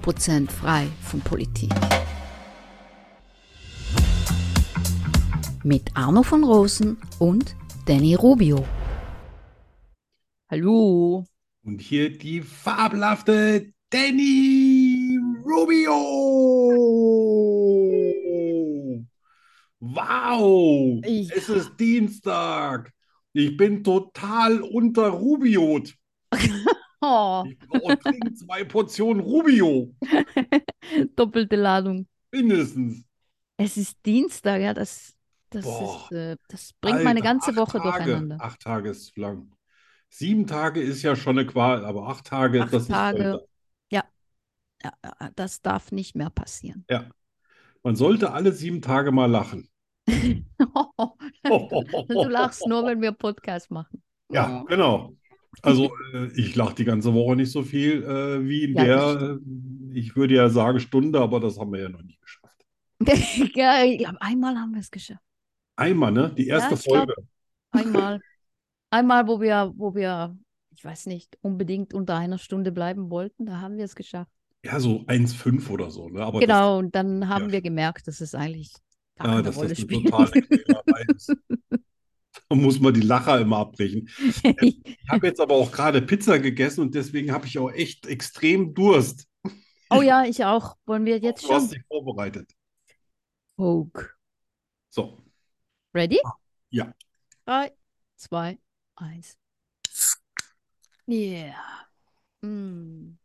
Prozent frei von Politik. Mit Arno von Rosen und Danny Rubio. Hallo. Und hier die fabelhafte Danny Rubio. Wow, Ja. es ist Dienstag. Ich bin total unter Rubiot. Oh, Ich brauche dringend zwei Portionen Rubio. doppelte Ladung. Mindestens. Es ist Dienstag, ja, das, das Boah. ist, äh, das bringt meine Alter, ganze acht Woche Tage. durcheinander. Acht Tage ist lang. Sieben Tage ist ja schon eine Qual, aber acht Tage, Acht das ist Tage. Folter. Ja, ja, das darf nicht mehr passieren. Man sollte alle sieben Tage mal lachen. Du lachst nur, wenn wir Podcast machen. Ja, genau. Also äh, ich lache die ganze Woche nicht so viel äh, wie in Ja, das der, äh, ich würde ja sagen Stunde, aber das haben wir ja noch nicht geschafft. Ja, ich glaub, einmal haben wir es geschafft. Einmal, ne? Die erste ich glaub- Folge. Einmal. Einmal, wo wir, wo wir, ich weiß nicht, unbedingt unter einer Stunde bleiben wollten, da haben wir es geschafft. Ja, so 1,5 oder so, ne? Aber das, Genau, und dann haben ja. wir gemerkt, dass es eigentlich gar ja, keine dass das Rolle eine spielt. totale Quälerei ist. Da muss man die Lacher immer abbrechen. Äh, Ich habe jetzt aber auch gerade Pizza gegessen und deswegen habe ich auch echt extrem Durst. Oh ja, ich auch. Wollen wir jetzt Du hast schon? dich vorbereitet. Coke. So, Ready? ja. Drei, zwei, eins. Yeah. Mm.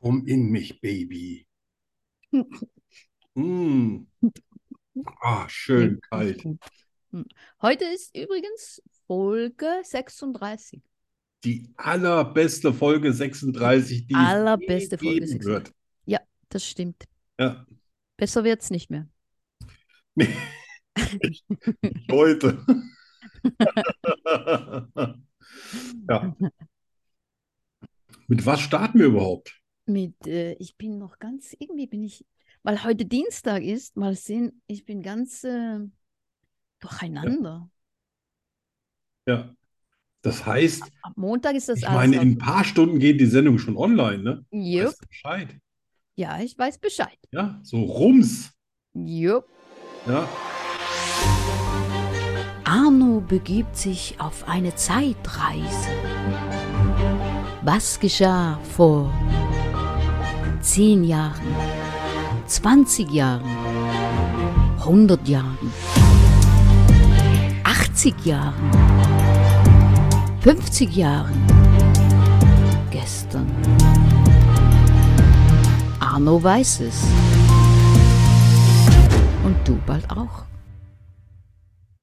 komm in mich, Baby. Mm. Ah, schön Klingt nicht kalt. gut. Hm. Heute ist übrigens Folge 36. Die allerbeste Folge 36, die es Allerbeste je Folge geben 36. wird. Das stimmt. Ja. Besser wird's nicht mehr. Leute. ja. Mit was starten wir überhaupt? Mit, äh, ich bin noch ganz, irgendwie bin ich, weil heute Dienstag ist, mal sehen, ich bin ganz äh, durcheinander. Ja. Das heißt, Am Montag ist das also ich alles. meine, in ein paar Stunden geht die Sendung schon online, ne? Jupp. Weißt du Bescheid. Ja, ich weiß Bescheid. Ja, so Rums. Jupp. Ja, Arno begibt sich auf eine Zeitreise. Was geschah vor 10 Jahren, 20 Jahren, 100 Jahren, 80 Jahren, 50 Jahren, gestern? Arno weiß es. Und du bald auch.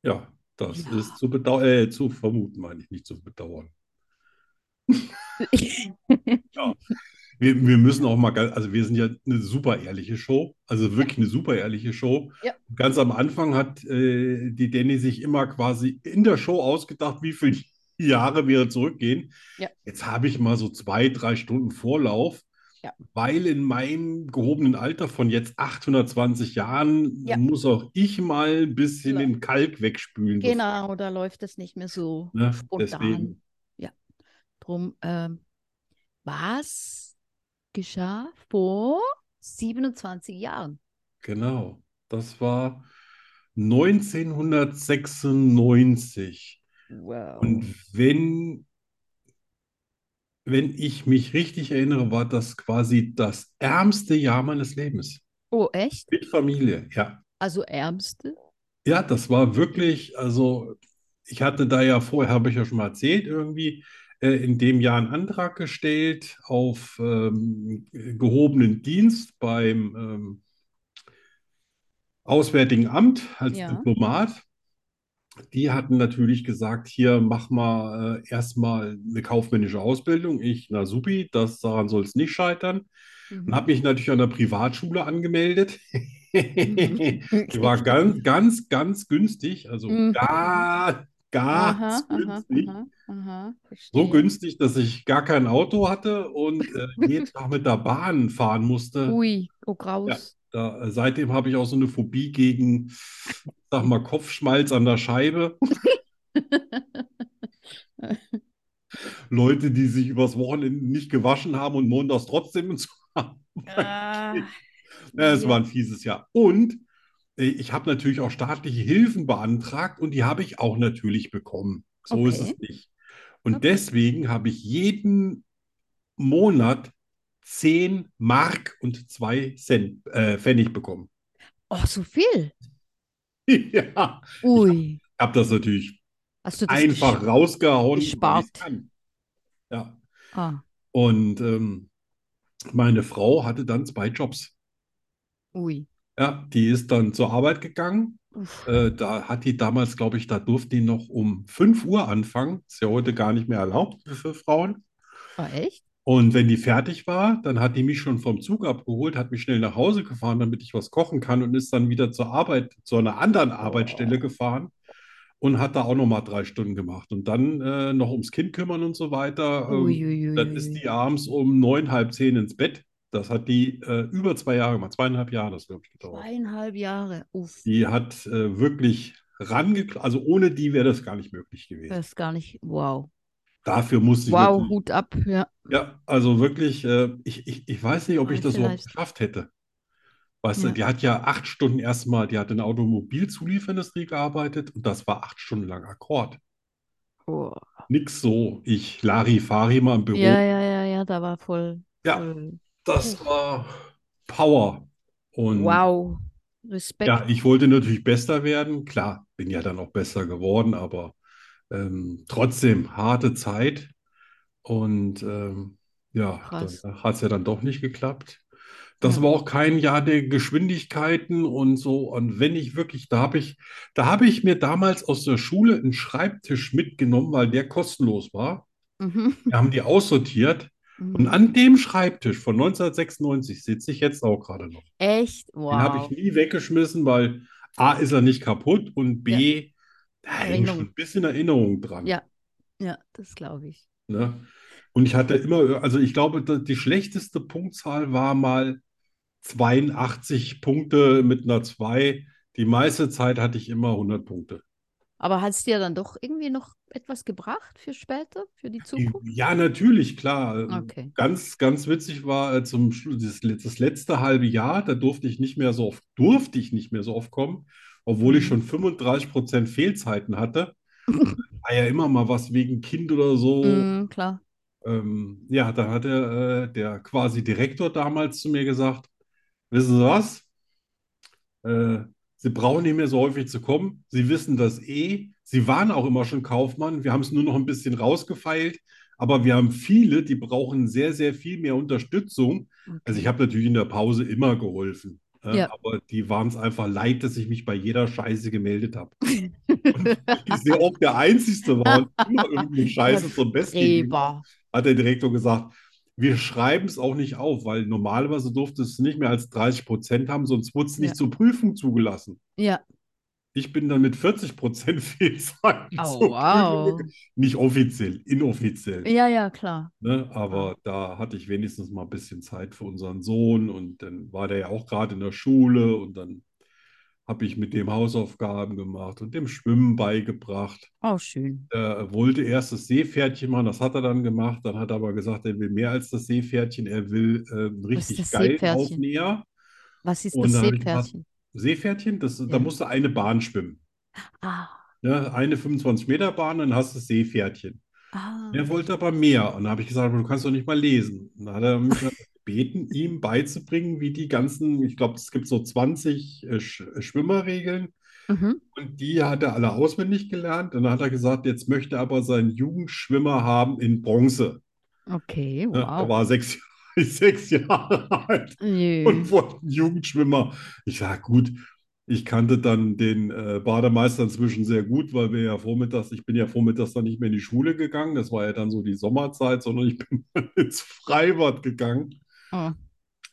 ja, das Ja. ist zu bedau äh, zu vermuten, meine ich, nicht zu bedauern. Wir, wir müssen auch mal, ganz- also wir sind ja eine super ehrliche Show, also wirklich eine super ehrliche Show. Ja. Ganz am Anfang hat äh, die Danny sich immer quasi in der Show ausgedacht, wie viele Jahre wir zurückgehen. Ja. Jetzt habe ich mal so zwei, drei Stunden Vorlauf, Ja. weil in meinem gehobenen Alter von jetzt 820 Jahren Ja. Genau. muss auch ich mal ein bisschen Klar. den Kalk wegspülen. bevor- Genau, da läuft es nicht mehr so Ne? spontan. Deswegen. Drum, ähm, was geschah vor 27 Jahren? Genau, das war 1996. Wow. Und wenn, wenn ich mich richtig erinnere, war das quasi das ärmste Jahr meines Lebens. Oh, echt? Mit Familie, ja. Also Ärmste? Ja, das war wirklich, also ich hatte da ja vorher, habe ich ja schon mal erzählt, irgendwie äh, in dem Jahr einen Antrag gestellt auf ähm, gehobenen Dienst beim ähm, Auswärtigen Amt als Ja. Diplomat Die hatten natürlich gesagt, hier mach mal äh, erstmal eine kaufmännische Ausbildung. Ich, na supi, das, daran soll es nicht scheitern. Mhm. Und habe mich natürlich an der Privatschule angemeldet. Die war ganz, ganz, ganz günstig. Also Mhm. ganz, Aha, ganz aha, günstig. aha, aha, verstehe. So günstig, dass ich gar kein Auto hatte und äh, jeden Tag mit der Bahn fahren musste. Ui, oh Graus. Da, äh, seitdem habe ich auch so eine Phobie gegen, sag mal, Kopfschmalz an der Scheibe. Leute, die sich übers Wochenende nicht gewaschen haben und montags trotzdem ins Ah, Ja, es ja. war ein fieses Jahr. Und äh, ich habe natürlich auch staatliche Hilfen beantragt und die habe ich auch natürlich bekommen. So ist Okay. es nicht. Und Okay. deswegen habe ich jeden Monat 10 Mark und 2 Cent, äh, Pfennig bekommen. Oh, so viel. Ja, Ui. habe das natürlich Hast du das einfach gesch- rausgehauen, weil ich's gespart. kann. Ja. Ah, Und ähm, meine Frau hatte dann zwei Jobs. ui. Ja, die ist dann zur Arbeit gegangen. Uff. Äh, da hat die damals, glaube ich, da durfte die noch um 5 Uhr anfangen. Ist ja heute gar nicht mehr erlaubt für- für Frauen. Ah, echt? Und wenn die fertig war, dann hat die mich schon vom Zug abgeholt, hat mich schnell nach Hause gefahren, damit ich was kochen kann und ist dann wieder zur Arbeit, zu einer anderen Arbeitsstelle gefahren und hat da auch nochmal drei Stunden gemacht. Und dann äh, noch ums Kind kümmern und so weiter. Ähm, Ui, ui, ui, dann ui, ist ui. die abends um neun, halb zehn ins Bett. Das hat die äh, über zwei Jahre gemacht, zweieinhalb Jahre, das glaube ich, gedauert. Zweieinhalb Jahre. Uff. Die hat äh, wirklich rangeklappt, also ohne die wäre das gar nicht möglich gewesen. Das ist gar nicht. Wow. Dafür musste ich Wow, natürlich. Hut ab. Ja. Ja, also wirklich, äh, ich, ich, ich weiß nicht, ob ich Ah, das überhaupt vielleicht. geschafft hätte. Weißt du, Ja. die hat ja acht Stunden erstmal, die hat in der Automobilzulieferindustrie gearbeitet und das war acht Stunden lang Akkord. Oh. Nix so, ich Larifari mal im Büro. Ja, ja, ja, ja, da war voll, Ja. voll. Das war Power. Und Wow. Respekt. ja, ich wollte natürlich besser werden. Klar, bin ja dann auch besser geworden, aber ähm, trotzdem harte Zeit. Und ähm, ja, Krass. dann hat es ja dann doch nicht geklappt. Das Ja. war auch kein Jahr der Geschwindigkeiten und so. Und wenn ich wirklich, da habe ich, da habe ich mir damals aus der Schule einen Schreibtisch mitgenommen, weil der kostenlos war. Mhm. Wir haben die aussortiert. Und an dem Schreibtisch von 1996 sitze ich jetzt auch gerade noch. Echt? Den habe ich Wow. nie weggeschmissen, weil A ist er nicht kaputt und B, da hängt schon Erinnerung. ein bisschen Erinnerung dran. Ja. Ja, das glaube ich. Ne? Und ich hatte immer, also ich glaube, da- die schlechteste Punktzahl war mal 82 Punkte mit einer 2. Die meiste Zeit hatte ich immer 100 Punkte. Aber hat es dir dann doch irgendwie noch etwas gebracht für später, für die Zukunft? Ja, natürlich, klar. Okay. Ganz, ganz witzig war äh, zum Schluss das, le- das letzte halbe Jahr, da durfte ich nicht mehr so oft, durfte ich nicht mehr so oft kommen, obwohl ich Mhm. schon 35 Prozent Fehlzeiten hatte. War ja immer mal was wegen Kind oder Mhm. so. Mm, klar. Ähm, ja, dann hat der, äh, der quasi Direktor damals zu mir gesagt, wissen Sie was? Äh, Sie brauchen nicht mehr so häufig zu kommen. Sie wissen das eh. Sie waren auch immer schon Kaufmann. Wir haben es nur noch ein bisschen rausgefeilt. Aber wir haben viele, die brauchen sehr, sehr viel mehr Unterstützung. Also ich Okay. habe natürlich in der Pause immer geholfen. äh, Ja. Aber die waren es einfach leid, dass ich mich bei jeder Scheiße gemeldet habe. Ich sehr oft der Einzige war und immer irgendeine Scheiße zum Besten gegeben habe Streber. hat der Direktor gesagt, wir schreiben es auch nicht auf, weil normalerweise durfte es nicht mehr als 30 Prozent haben, sonst wurde es nicht Ja. zur Prüfung zugelassen. Ja. Ich bin dann mit 40 Prozent Fehlzeiten Oh, zur Prüfung. wow. gegangen. Nicht offiziell, inoffiziell. Ja, ja, klar. Ne? Aber da hatte ich wenigstens mal ein bisschen Zeit für unseren Sohn und dann war der ja auch gerade in der Schule und dann habe ich mit dem Hausaufgaben gemacht und dem Schwimmen beigebracht Oh, schön. äh, wollte erst das Seepferdchen machen, das hat er dann gemacht, dann hat er aber gesagt, er will mehr als das Seepferdchen, er will äh, einen Was ist richtig das geilen Seepferdchen? Aufnäher. Was ist Und das dann habe ich gesagt, Seepferdchen? Seepferdchen, das, da Ja. musst du eine Bahn schwimmen. Ah, Ne? Eine 25-Meter-Bahn, dann hast du das Seepferdchen. ah. Er wollte aber mehr. Und dann habe ich gesagt, aber du kannst doch nicht mal lesen. Und dann hat er mich dann gebeten, ihm beizubringen, wie die ganzen, ich glaube, es gibt so 20 äh, Sch Schwimmerregeln. Mhm. Und die hat er alle auswendig gelernt. Und dann hat er gesagt, jetzt möchte er aber seinen Jugendschwimmer haben in Bronze. Okay, Ne? Er wow. war sechs, sechs Jahre alt Nö. und wollte einen Jugendschwimmer. Ich sage, gut, Ich kannte dann den äh, Bademeister inzwischen sehr gut, weil wir ja vormittags, ich bin ja vormittags dann nicht mehr in die Schule gegangen, das war ja dann so die Sommerzeit, sondern ich bin ins Freibad gegangen. Oh.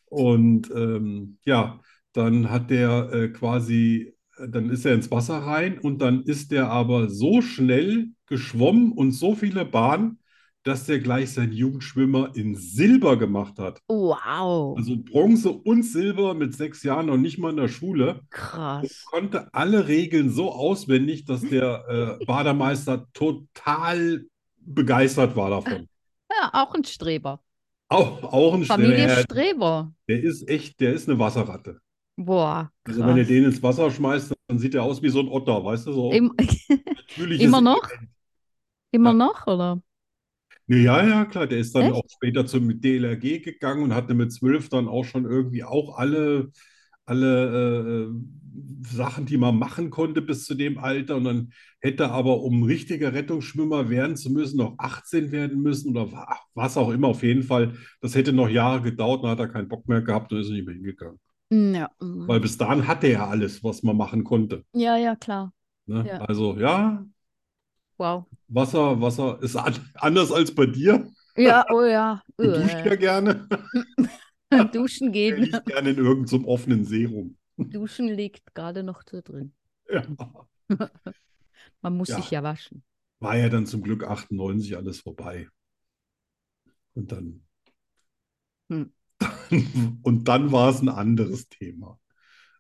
Und ähm, ja, dann hat der äh, quasi, äh, dann ist er ins Wasser rein und dann ist der aber so schnell geschwommen und so viele Bahnen, dass der gleich seinen Jugendschwimmer in Silber gemacht hat. Wow, Also Bronze und Silber mit sechs Jahren noch nicht mal in der Schule. krass. konnte alle Regeln so auswendig, dass der äh, Bademeister total begeistert war davon. Ja, auch ein Streber. Auch, auch ein Familie Schneller. Streber. Der ist echt, der ist eine Wasserratte. Boah, krass. Also wenn ihr den ins Wasser schmeißt, dann sieht er aus wie so ein Otter, weißt du, so Im, natürliches immer noch? Immer Ja. noch, oder? Nee, Ja, ja, klar, der ist dann Echt? auch später zum DLRG gegangen und hatte mit zwölf dann auch schon irgendwie auch alle, alle äh, Sachen, die man machen konnte bis zu dem Alter. Und dann hätte er aber, um richtiger Rettungsschwimmer werden zu müssen, noch 18 werden müssen oder wa- was auch immer. Auf jeden Fall, das hätte noch Jahre gedauert, dann hat er keinen Bock mehr gehabt und ist nicht mehr hingegangen. Ja, Weil bis dahin hatte er alles, was man machen konnte. ja, ja, klar. Ne? Ja. Also ja, Wow. Wasser, Wasser ist an anders als bei dir. Ja, oh ja. Du duschst ja gerne. Äh, Duschen Er gehen. liegt gerne in irgendeinem offenen See rum. Duschen liegt gerade noch so drin. Ja. Man muss Ja. sich ja waschen. War ja dann zum Glück 98 alles vorbei. Und dann, Hm. und dann war es ein anderes Thema.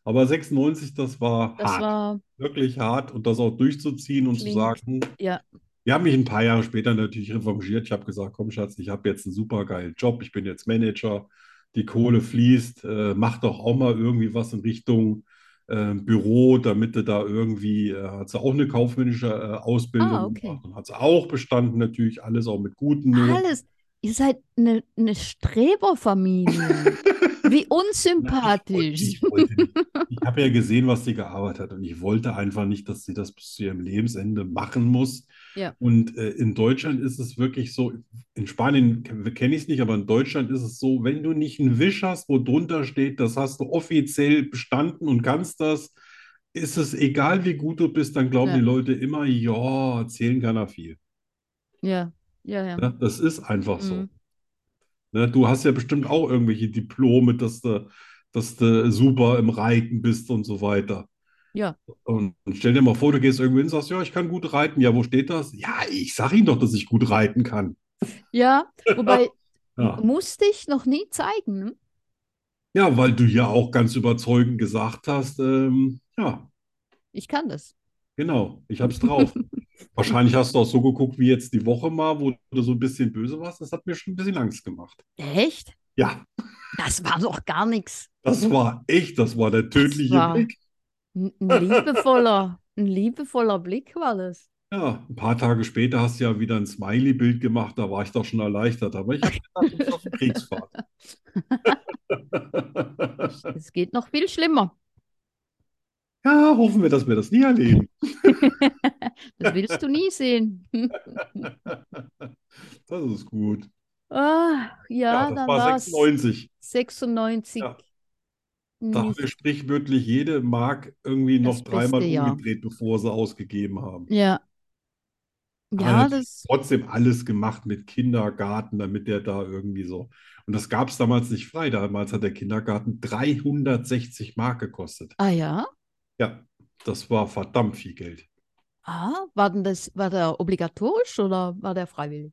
Aber 96, das war Das hart, war, wirklich hart und das auch durchzuziehen und Klingt- zu sagen, ja. wir haben mich ein paar Jahre später natürlich revanchiert. Ich habe gesagt, komm Schatz, ich habe jetzt einen super geilen Job, ich bin jetzt Manager, die Kohle fließt, äh, mach doch auch mal irgendwie was in Richtung äh, Büro, damit du da irgendwie, äh, hat sie auch eine kaufmännische äh, Ausbildung Ah, okay. gemacht und hat sie auch bestanden, natürlich alles auch mit guten Noten. Alles. Ihr seid eine, eine Streberfamilie. Wie unsympathisch. Ich, wollte nicht. ich habe ja gesehen, was sie gearbeitet hat und ich wollte einfach nicht, dass sie das bis zu ihrem Lebensende machen muss. Ja. Und äh, in Deutschland ist es wirklich so, in Spanien kenne ich es nicht, aber in Deutschland ist es so, wenn du nicht einen Wisch hast, wo drunter steht, das hast du offiziell bestanden und kannst das, ist es egal, wie gut du bist, dann glauben Ja. die Leute immer, ja, erzählen kann er viel. Ja, ja, ja. Ne? Das ist einfach so. Mhm. Ne? Du hast ja bestimmt auch irgendwelche Diplome, dass du, dass du super im Reiten bist und so weiter. Ja. Und und stell dir mal vor, du gehst irgendwo hin und sagst, ja, ich kann gut reiten. Ja, wo steht das? Ja, ich sag ihm doch, dass ich gut reiten kann. Ja, wobei Ja, musste ich noch nie zeigen. ne? ja weil du ja auch ganz überzeugend gesagt hast, ähm, ja, Ich kann das. genau, ich hab's drauf. Wahrscheinlich hast du auch so geguckt wie jetzt die Woche mal, wo du so ein bisschen böse warst. Das hat mir schon ein bisschen Angst gemacht. Echt? Ja, Das war doch gar nichts. das war echt, das war der tödliche Mhm. war- Blick. Ein ein liebevoller, ein liebevoller Blick war das. Ja, ein paar Tage später hast du ja wieder ein Smiley-Bild gemacht, da war ich doch schon erleichtert, aber ich habe gedacht, ich bin auf Kriegsfahrt. Es geht noch viel schlimmer. Ja, hoffen wir, dass wir das nie erleben. Das willst du nie sehen. Das ist gut. Ah, ja, Ja, das dann war war's 96. 96. Ja. Da haben Nicht- wir sprichwörtlich jede Mark irgendwie Hm. Das noch dreimal beste Jahr. umgedreht, bevor sie ausgegeben haben. Ja. Aber Ja, natürlich das. trotzdem alles gemacht mit Kindergarten, damit der da irgendwie so. Und das gab es damals nicht frei. Damals hat der Kindergarten 360 Mark gekostet. Ah ja. Ja, das war verdammt viel Geld. Ah, war denn das, war der obligatorisch oder war der freiwillig?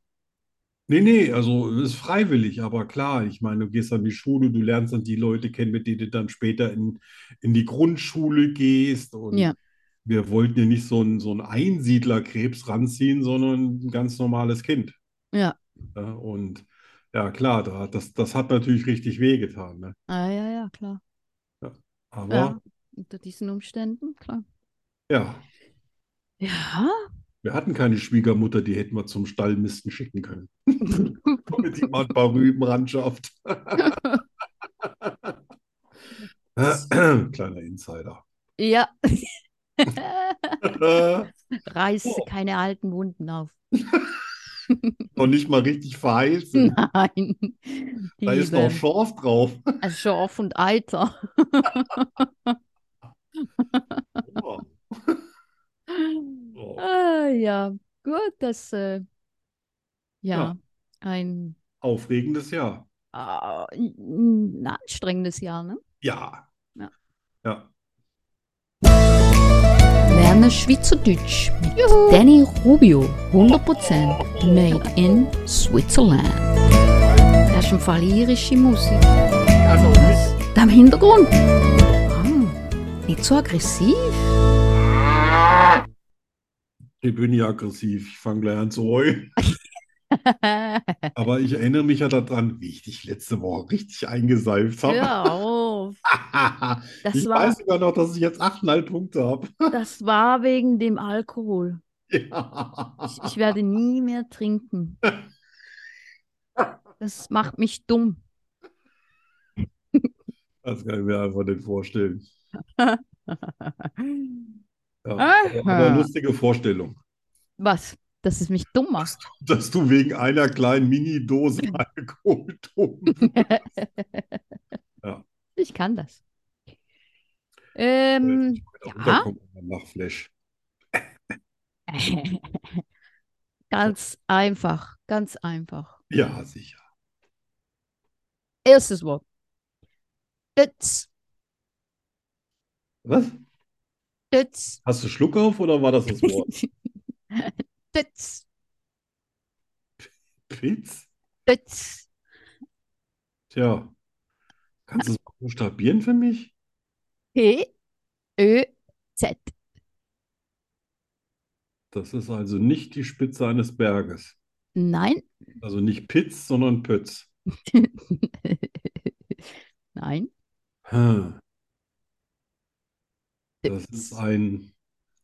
Nee, nee, also es ist freiwillig, aber klar, ich meine, du gehst an die Schule, du lernst dann die Leute kennen, mit denen du dann später in, in die Grundschule gehst. Und Ja. wir wollten ja nicht so ein, so ein Einsiedlerkrebs ranziehen, sondern ein ganz normales Kind. Ja. Ja, und ja, klar, da, das, das hat natürlich richtig wehgetan, ne? Ah ja, ja, klar. Aber Unter diesen Umständen, klar. ja, Ja. wir hatten keine Schwiegermutter, die hätten wir zum Stallmisten schicken können. Damit die mal ein paar Rüben ran schafft. Kleiner Insider. Ja. Noch Reiße Oh. keine alten Wunden auf. nicht mal richtig verheilt sind. Nein. Da ist Liebe. noch Schorf drauf. Also Schorf und Alter. Oh. Ja. Ja. Ah, ja, gut, das, äh, ja, Ja. ein Aufregendes Jahr. ah, n- n- anstrengendes Jahr, ne? Ja. Ja. Ja. Lerne Schweizerdeutsch mit Juhu. Danny Rubio. 100% made in Switzerland. Das ist im Fall irische Musik. Also, Was? Da im Hintergrund? Ah, nicht so aggressiv. Ich bin ja aggressiv. Ich fange gleich an zu heulen. Aber ich erinnere mich ja daran, wie ich dich letzte Woche richtig eingeseift habe. Hör auf. Das Ich war, weiß sogar noch, dass ich jetzt 8,5 Punkte habe. das war wegen dem Alkohol. Ja. Ich, ich werde nie mehr trinken. Das macht mich dumm. Das kann ich mir einfach nicht vorstellen. Ja. Aha. Aber, aber lustige Vorstellung, Was? Dass es mich dumm macht. dass du wegen einer kleinen Mini-Dose Alkohol dumm bist. Ich kann das. Ähm, ja. runterkommst nach Flash. Ganz einfach, ganz einfach. Ja, sicher. Erstes Wort. Dötz, Was? dötz, Hast du Schluck auf oder war das das Wort? dötz, Pilz? dötz. Tja. Kannst du es mal buchstabieren für mich? P, Ö, Z. Das ist also nicht die Spitze eines Berges. Nein, Also nicht Pitz, sondern Pötz. nein. Hm. Das Dötz. ist ein,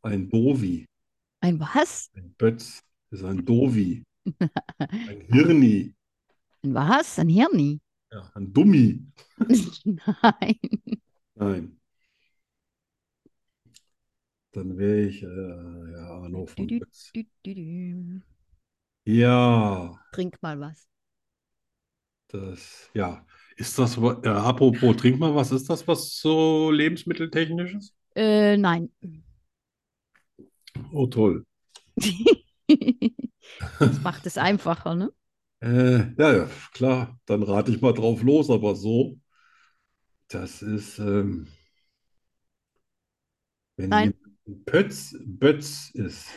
ein Dovi. Ein was? Ein Bötz ist ein Dovi. Ein Hirni. Ein was? Ein Hirni? Ja, ein Dummi. Nein. Nein. Dann wäre ich, äh, ja, Arno von Dü- Bötz. Dü, dü, dü. Ja, Trink mal was. das, ja. Ist das, wa- äh, apropos, trink mal, was ist das, was so lebensmitteltechnisches? Äh, nein. Oh, toll. Das macht es einfacher, ne? Äh, ja, ja, klar, dann rate ich mal drauf los, aber so, das ist, ähm, wenn Nein. jemand ein Pötz, Bötz ist.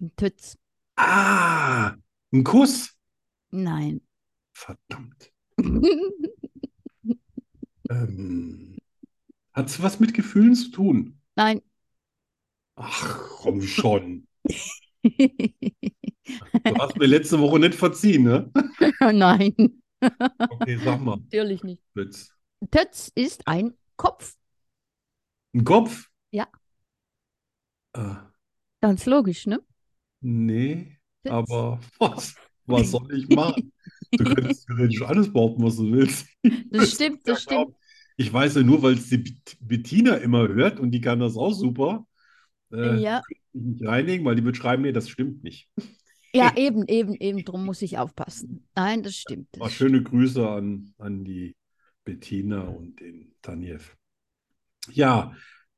Ein Tütz. Ah, ein Kuss. Nein. Verdammt. Ähm, hat's was mit Gefühlen zu tun? Nein. Ach, komm schon. Du hast mir letzte Woche nicht verziehen, ne? Nein. Okay, sag mal, Natürlich nicht. Blitz. Tötz ist ein Kopf. Ein Kopf? Ja. Ah, Ganz logisch, ne? nee, Tötz. aber was, was soll ich machen? Du könntest theoretisch alles behaupten, was du willst. Das stimmt, das Ja, stimmt. Ich weiß ja nur, weil es die Bet- Bettina immer hört und die kann das auch super. Äh, Ja, mich nicht reinigen, weil die wird schreiben, nee, das stimmt nicht. ja, eben, eben, eben. Drum muss ich aufpassen. Nein, das stimmt. Mal Das schöne Grüße an, an die Bettina und den Taniev. Ja,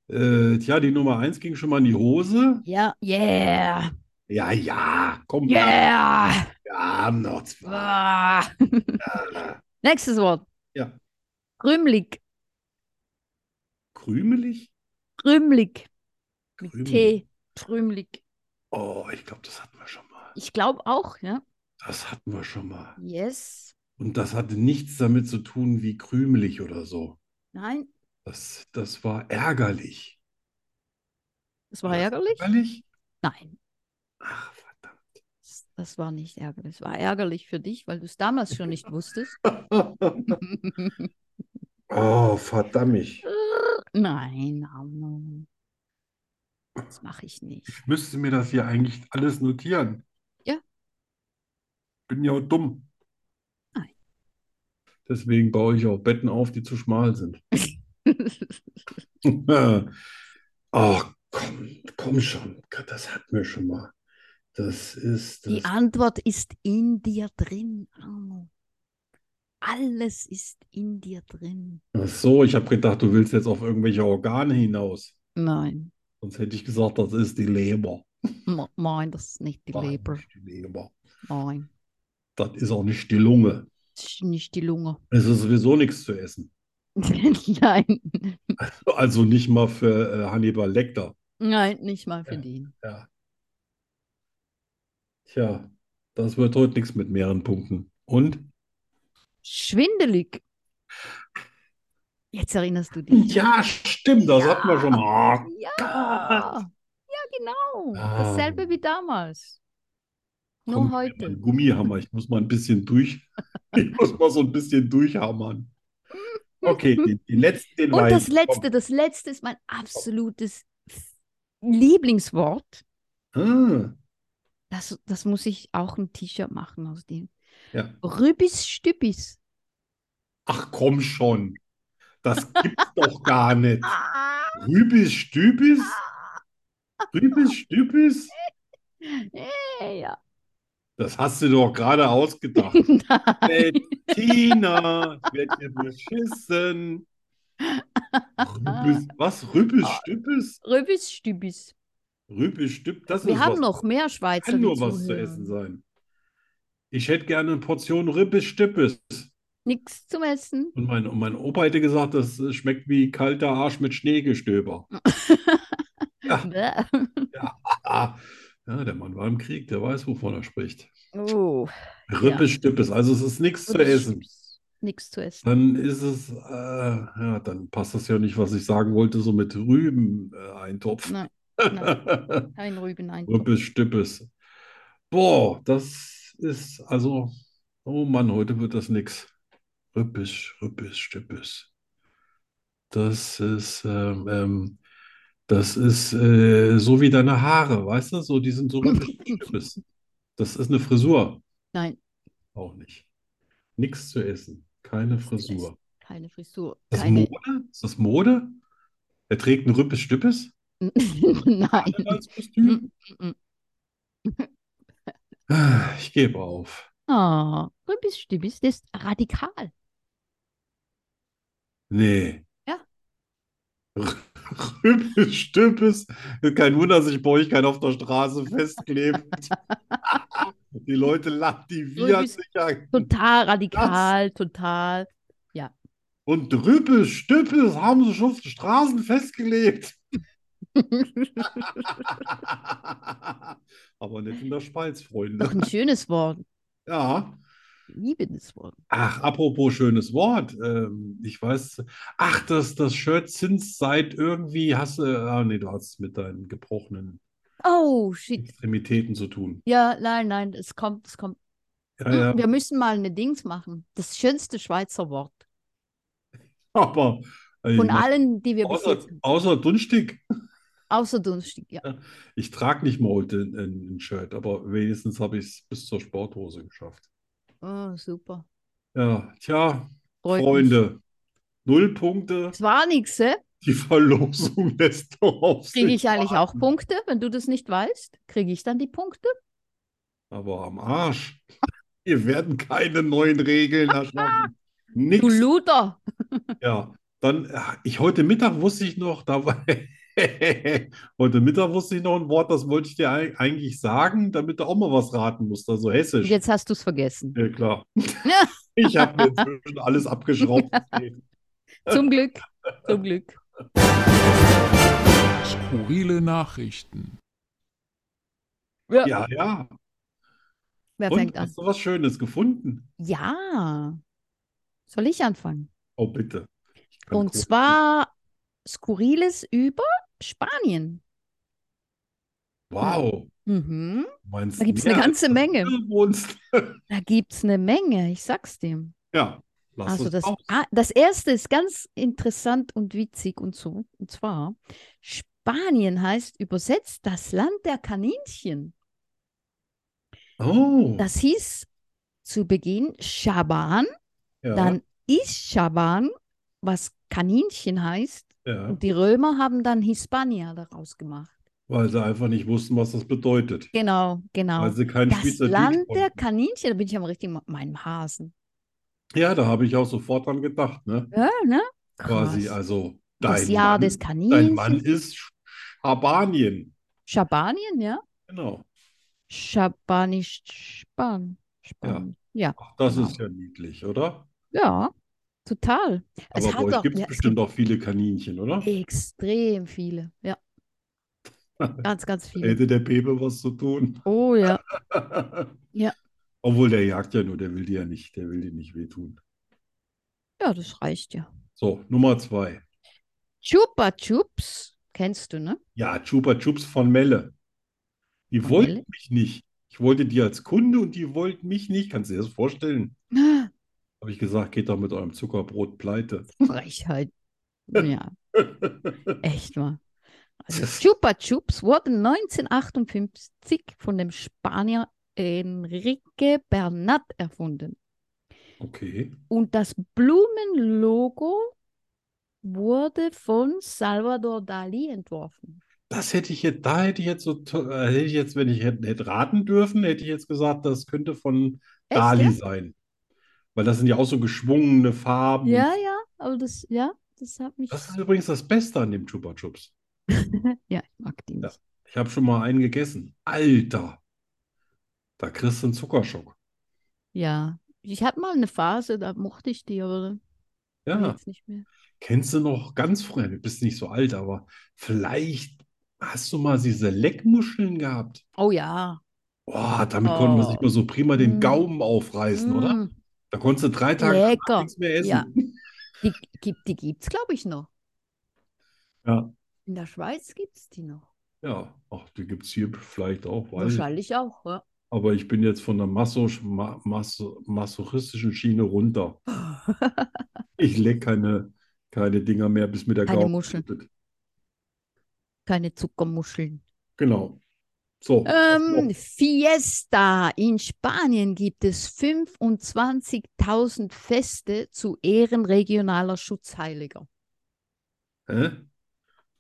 äh, tja, die Nummer 1 ging schon mal in die Hose. Ja, yeah, Ja, ja, komm, yeah. wir haben noch zwei. Ah. Nächstes Wort. Ja. Krümelig, Krümelig? krümelig. Mit Krümelig. T, krümelig. Oh, ich glaube, das hatten wir schon mal. Ich glaube auch, ja. Das hatten wir schon mal. Yes. Und das hatte nichts damit zu tun wie krümelig oder so. Nein, Das, das war ärgerlich. das war ärgerlich? Ärgerlich? Nein, Ach, verdammt. das, das war nicht ärgerlich. Es war ärgerlich für dich, weil du es damals schon nicht wusstest. Oh, verdammt. Nein, Arno. Das mache ich nicht. Ich müsste mir das hier eigentlich alles notieren. Ja. Bin ja auch dumm. Nein. Deswegen baue ich auch Betten auf, die zu schmal sind. Ach, Oh, komm, komm schon. Gott, Das hatten wir schon mal. Das ist Die das. Antwort ist in dir drin, Arno. Alles ist in dir drin. Ach so, ich habe gedacht, du willst jetzt auf irgendwelche Organe hinaus. Nein, Sonst hätte ich gesagt, das ist die Leber. M- nein, das ist nicht die Nein, Leber. nicht Die Leber. Nein, Das ist auch nicht die Lunge. das ist nicht die Lunge. Es ist sowieso nichts zu essen. Nein, Also nicht mal für äh, Hannibal Lecter. nein, nicht mal für Ja. den. Ja. Tja, das wird heute nichts mit mehreren Punkten. Und? Schwindelig. Jetzt erinnerst du dich. Ja, stimmt, das hatten wir schon Ah, mal. Ah. Ja, ja, genau. Dasselbe wie damals. Nur Komm, ich nehme heute. einen Gummihammer, ich muss mal ein bisschen durch. Ich muss mal so ein bisschen durchhammern. Okay, die, die letzten, den Und das weiß ich. Komm. letzte, das letzte ist mein absolutes Lieblingswort. Ah, Das, das muss ich auch ein T-Shirt machen aus dem. ja. Rübis Stübis. Ach komm schon, das gibt's doch gar nicht. Ah, Rübis, Stübis? Rübis, Stübis? äh, ja. Das hast du doch gerade ausgedacht. Nein. Bettina, ich werd hier beschissen. Rübis, was? Rübis, Stübis? Rübis Stübis. Rübis, Stübis, das Wir ist haben was. noch mehr Schweizer. Kann nur die was zu zuhören. essen sein. Ich hätte gerne eine Portion Rippes Stippes. Nichts zum Essen. Und mein, und mein Opa hätte gesagt, das äh, schmeckt wie kalter Arsch mit Schneegestöber. Bäh. Ah, ja, der Mann war im Krieg, der weiß, wovon er spricht. Oh. Rippes Stippes, also es ist nichts zu essen. Nichts zu essen. Dann ist es, äh, ja, dann passt das ja nicht, was ich sagen wollte, so mit äh, Rüben-Eintopf. Nein, Kein Rüben ein. Rüppes Stippes. Boah, das ist also, oh Mann, heute wird das nix. Rüppes, Rüppes, Stippes. Das ist, ähm, ähm, das ist äh, so wie deine Haare, weißt du? So, die sind so rüppes, Stippes. Das ist eine Frisur. Nein, Auch nicht. Nichts zu essen. Keine Frisur. keine Frisur. Ist das Keine. Mode? Ist das Mode? Er trägt ein Rüppes, Stippes? Nein. Karnevalskostüm? Mm, Ah, Ich gebe auf. Ah, Rübis Stübis, das ist radikal. Nee. Ja. Rübes, Stümpes. Kein Wunder, dass sich bei euch keiner auf der Straße festklebt. Die Leute lachen, die wiehern Rübes- sich ja. Total radikal, total. Und Rübes, Stüppes haben sich auf den Straßen festgelebt. Aber nicht in der Schweiz, Doch Freunde. ein schönes Wort. Ja. Ich liebe das Wort. Ach, apropos schönes Wort. Ähm, ich weiß, ach, das, das Shirt Zins seit irgendwie hast du, ah, nee, du hast es mit deinen gebrochenen Oh, shit. Extremitäten zu tun. Ja, nein, nein, es kommt, es kommt. Ja, ja, Wir müssen mal eine Dings machen. Das schönste Schweizer Wort. aber äh, Von ich meine, allen, die wir bis außer, jetzt. außer Dunstig, Außer Dunstig, ja. ich trage nicht mal heute ein, ein Shirt, aber wenigstens habe ich es bis zur Sporthose geschafft. Oh, super. Ja, tja, Freut mich. Freunde, null Punkte. Es war nichts, hä? Die Verlosung lässt doch auf Kriege sich ich eigentlich auch warten. Punkte? Wenn du das nicht weißt, kriege ich dann die Punkte? Aber am Arsch. Hier werden keine neuen Regeln erschaffen. Du Nix. Luder! Ja, dann, ach, ich heute Mittag wusste ich noch, da war, heute Mittag wusste ich noch ein Wort, das wollte ich dir eig- eigentlich sagen, damit du auch mal was raten musst, also Und hessisch. jetzt hast du es vergessen. Ja, klar. Ich habe mir inzwischen alles abgeschraubt. Zum Glück. Zum Glück. Skurrile Nachrichten. Ja. Ja, ja. Wer Und fängt an? hast du was Schönes gefunden? Ja. Soll ich anfangen? Oh, bitte. Ich kann Und gucken. zwar Skurriles über Spanien. Wow. Mhm. Du meinst Da gibt es eine mehr als ganze du Menge. wohnst. Da gibt es eine Menge, ich sag's dir. Ja, lass Also uns das, raus. ah, das erste ist ganz interessant und witzig und so. Und zwar, Spanien heißt übersetzt das Land der Kaninchen. Oh, Das hieß zu Beginn Schaban, ja, dann Ischchaban, was Kaninchen heißt. ja, Und die Römer haben dann Hispania daraus gemacht. weil sie einfach nicht wussten, was das bedeutet. Genau, genau. Weil sie kein Das Schweizerdeutsch Land der konnten. Kaninchen, da bin ich am richtigen, meinem Hasen. Ja, da habe ich auch sofort dran gedacht, ne? Ja, ne? Quasi, Krass. also das Dein Jahr Mann- des Dein Mann Kaninchen. ist Schabanien. Schabanien, ja? Genau. Schabanisch, Span. Span. Ja. Ach, das Genau. ist ja niedlich, oder? ja, total. Aber Es bei hat euch auch- gibt es ja, es bestimmt auch viele Kaninchen, oder? Extrem viele, ja. Ganz, ganz viele. Hätte der Pepe was zu tun? Oh ja, Ja. Obwohl der jagt ja nur, der will dir ja nicht, der will dir nicht wehtun. ja, das reicht ja. So, Nummer zwei. Chupa Chups, kennst du, ne? Ja, Chupa Chups von Melle. Die Von wollten Melle? mich nicht. Ich wollte die als Kunde und die wollten mich nicht. Kannst du dir das vorstellen? ne? Habe ich gesagt, geht doch mit eurem Zuckerbrot pleite. Frechheit. Ja, echt mal. Also Das- Chupa Chups wurden 1958 von dem Spanier Enrique Bernat erfunden. Okay. Und das Blumenlogo wurde von Salvador Dali entworfen. Das hätte ich jetzt, da hätte ich jetzt so, to- äh, hätte ich jetzt, wenn ich hätte, hätte raten dürfen, hätte ich jetzt gesagt, das könnte von Echt, Dali ja? sein. Weil das sind ja auch so geschwungene Farben. Ja, ja, aber das, ja, das hat mich. Das ist übrigens das Beste an dem Chupa Chups. Ja, ich mag die Ja. nicht. Ich habe schon mal einen gegessen. Alter, da kriegst du einen Zuckerschock. Ja. Ich hatte mal eine Phase, da mochte ich die, aber dann Ja, jetzt nicht mehr. kennst du noch ganz früher, du bist nicht so alt, aber vielleicht hast du mal diese Leckmuscheln gehabt. Oh ja. Boah, damit konnten wir sich Oh. mal so prima den Mm. Gaumen aufreißen, oder? Mm, Da konntest du drei Tage danach Lecker. nichts mehr essen. Ja. Die, gibt, die gibt's, glaube ich, noch. Ja, In der Schweiz gibt's die noch. ja. Ach, die gibt es hier vielleicht auch, weiß ich. Wahrscheinlich auch, ja. Aber ich bin jetzt von der Masoch Ma Maso masochistischen Schiene runter. Ich leck keine, keine Dinger mehr, bis mir der Keine Gaumen Muschel. blutet. Keine Zuckermuscheln. Genau. So. Ähm, Fiesta. In Spanien gibt es 25.000 Feste zu Ehren regionaler Schutzheiliger. Hä?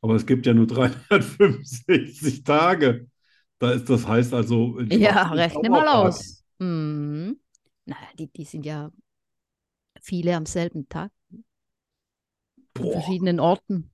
Aber es gibt ja nur 365 Tage. Da ist, das heißt also, in Ja, Spanien rechne mal Trauerparty. aus. Mhm. Na, die, die sind ja viele am selben Tag, an Boah, verschiedenen Orten.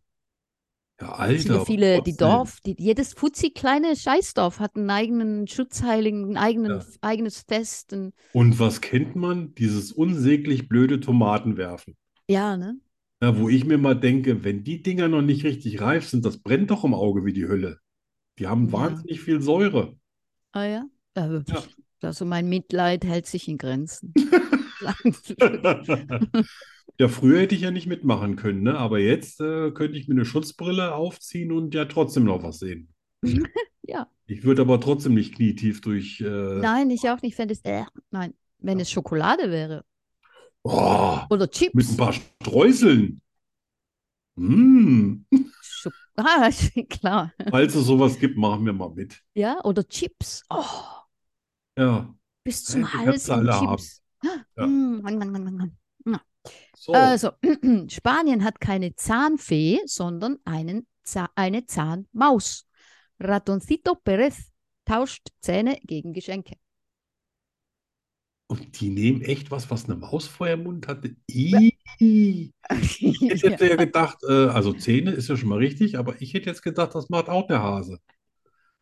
ja, Es sind ja Alter, viele, die trotzdem. Dorf, die, jedes futzi kleine Scheißdorf hat einen eigenen Schutzheiligen, ein eigenen, Ja. eigenes Fest. Ein, Und was kennt man? Dieses unsäglich blöde Tomatenwerfen. ja, ne? Na, wo ich mir mal denke, wenn die Dinger noch nicht richtig reif sind, das brennt doch im Auge wie die Hölle. Die haben Ja. wahnsinnig viel Säure. Ah ja. Aber Ja. Also mein Mitleid hält sich in Grenzen. Ja, früher hätte ich ja nicht mitmachen können, ne? Aber jetzt äh, könnte ich mir eine Schutzbrille aufziehen und ja trotzdem noch was sehen. Ja. Ich würde aber trotzdem nicht knietief durch. Äh, Nein, ich auch nicht, wenn es, äh, nein, wenn es Schokolade wäre oh, oder mit ein Chips. paar Streuseln. Hm. Schok ah, klar. Falls es sowas gibt, machen wir mal mit. Ja, oder Chips. Oh. Ja. bis zum Nein, die Hals kannst du in Äh, alle haben. Chips. Ja. Mm, ngan, ngan, ngan, ngan. So. Also, Spanien hat keine Zahnfee, sondern einen Za eine Zahnmaus. Ratoncito Perez tauscht Zähne gegen Geschenke. Und die nehmen echt was, was eine Maus vorher im Mund hatte. Ih. Ich ja. hätte ja gedacht, äh, also Zähne ist ja schon mal richtig, aber ich hätte jetzt gedacht, das macht auch der Hase.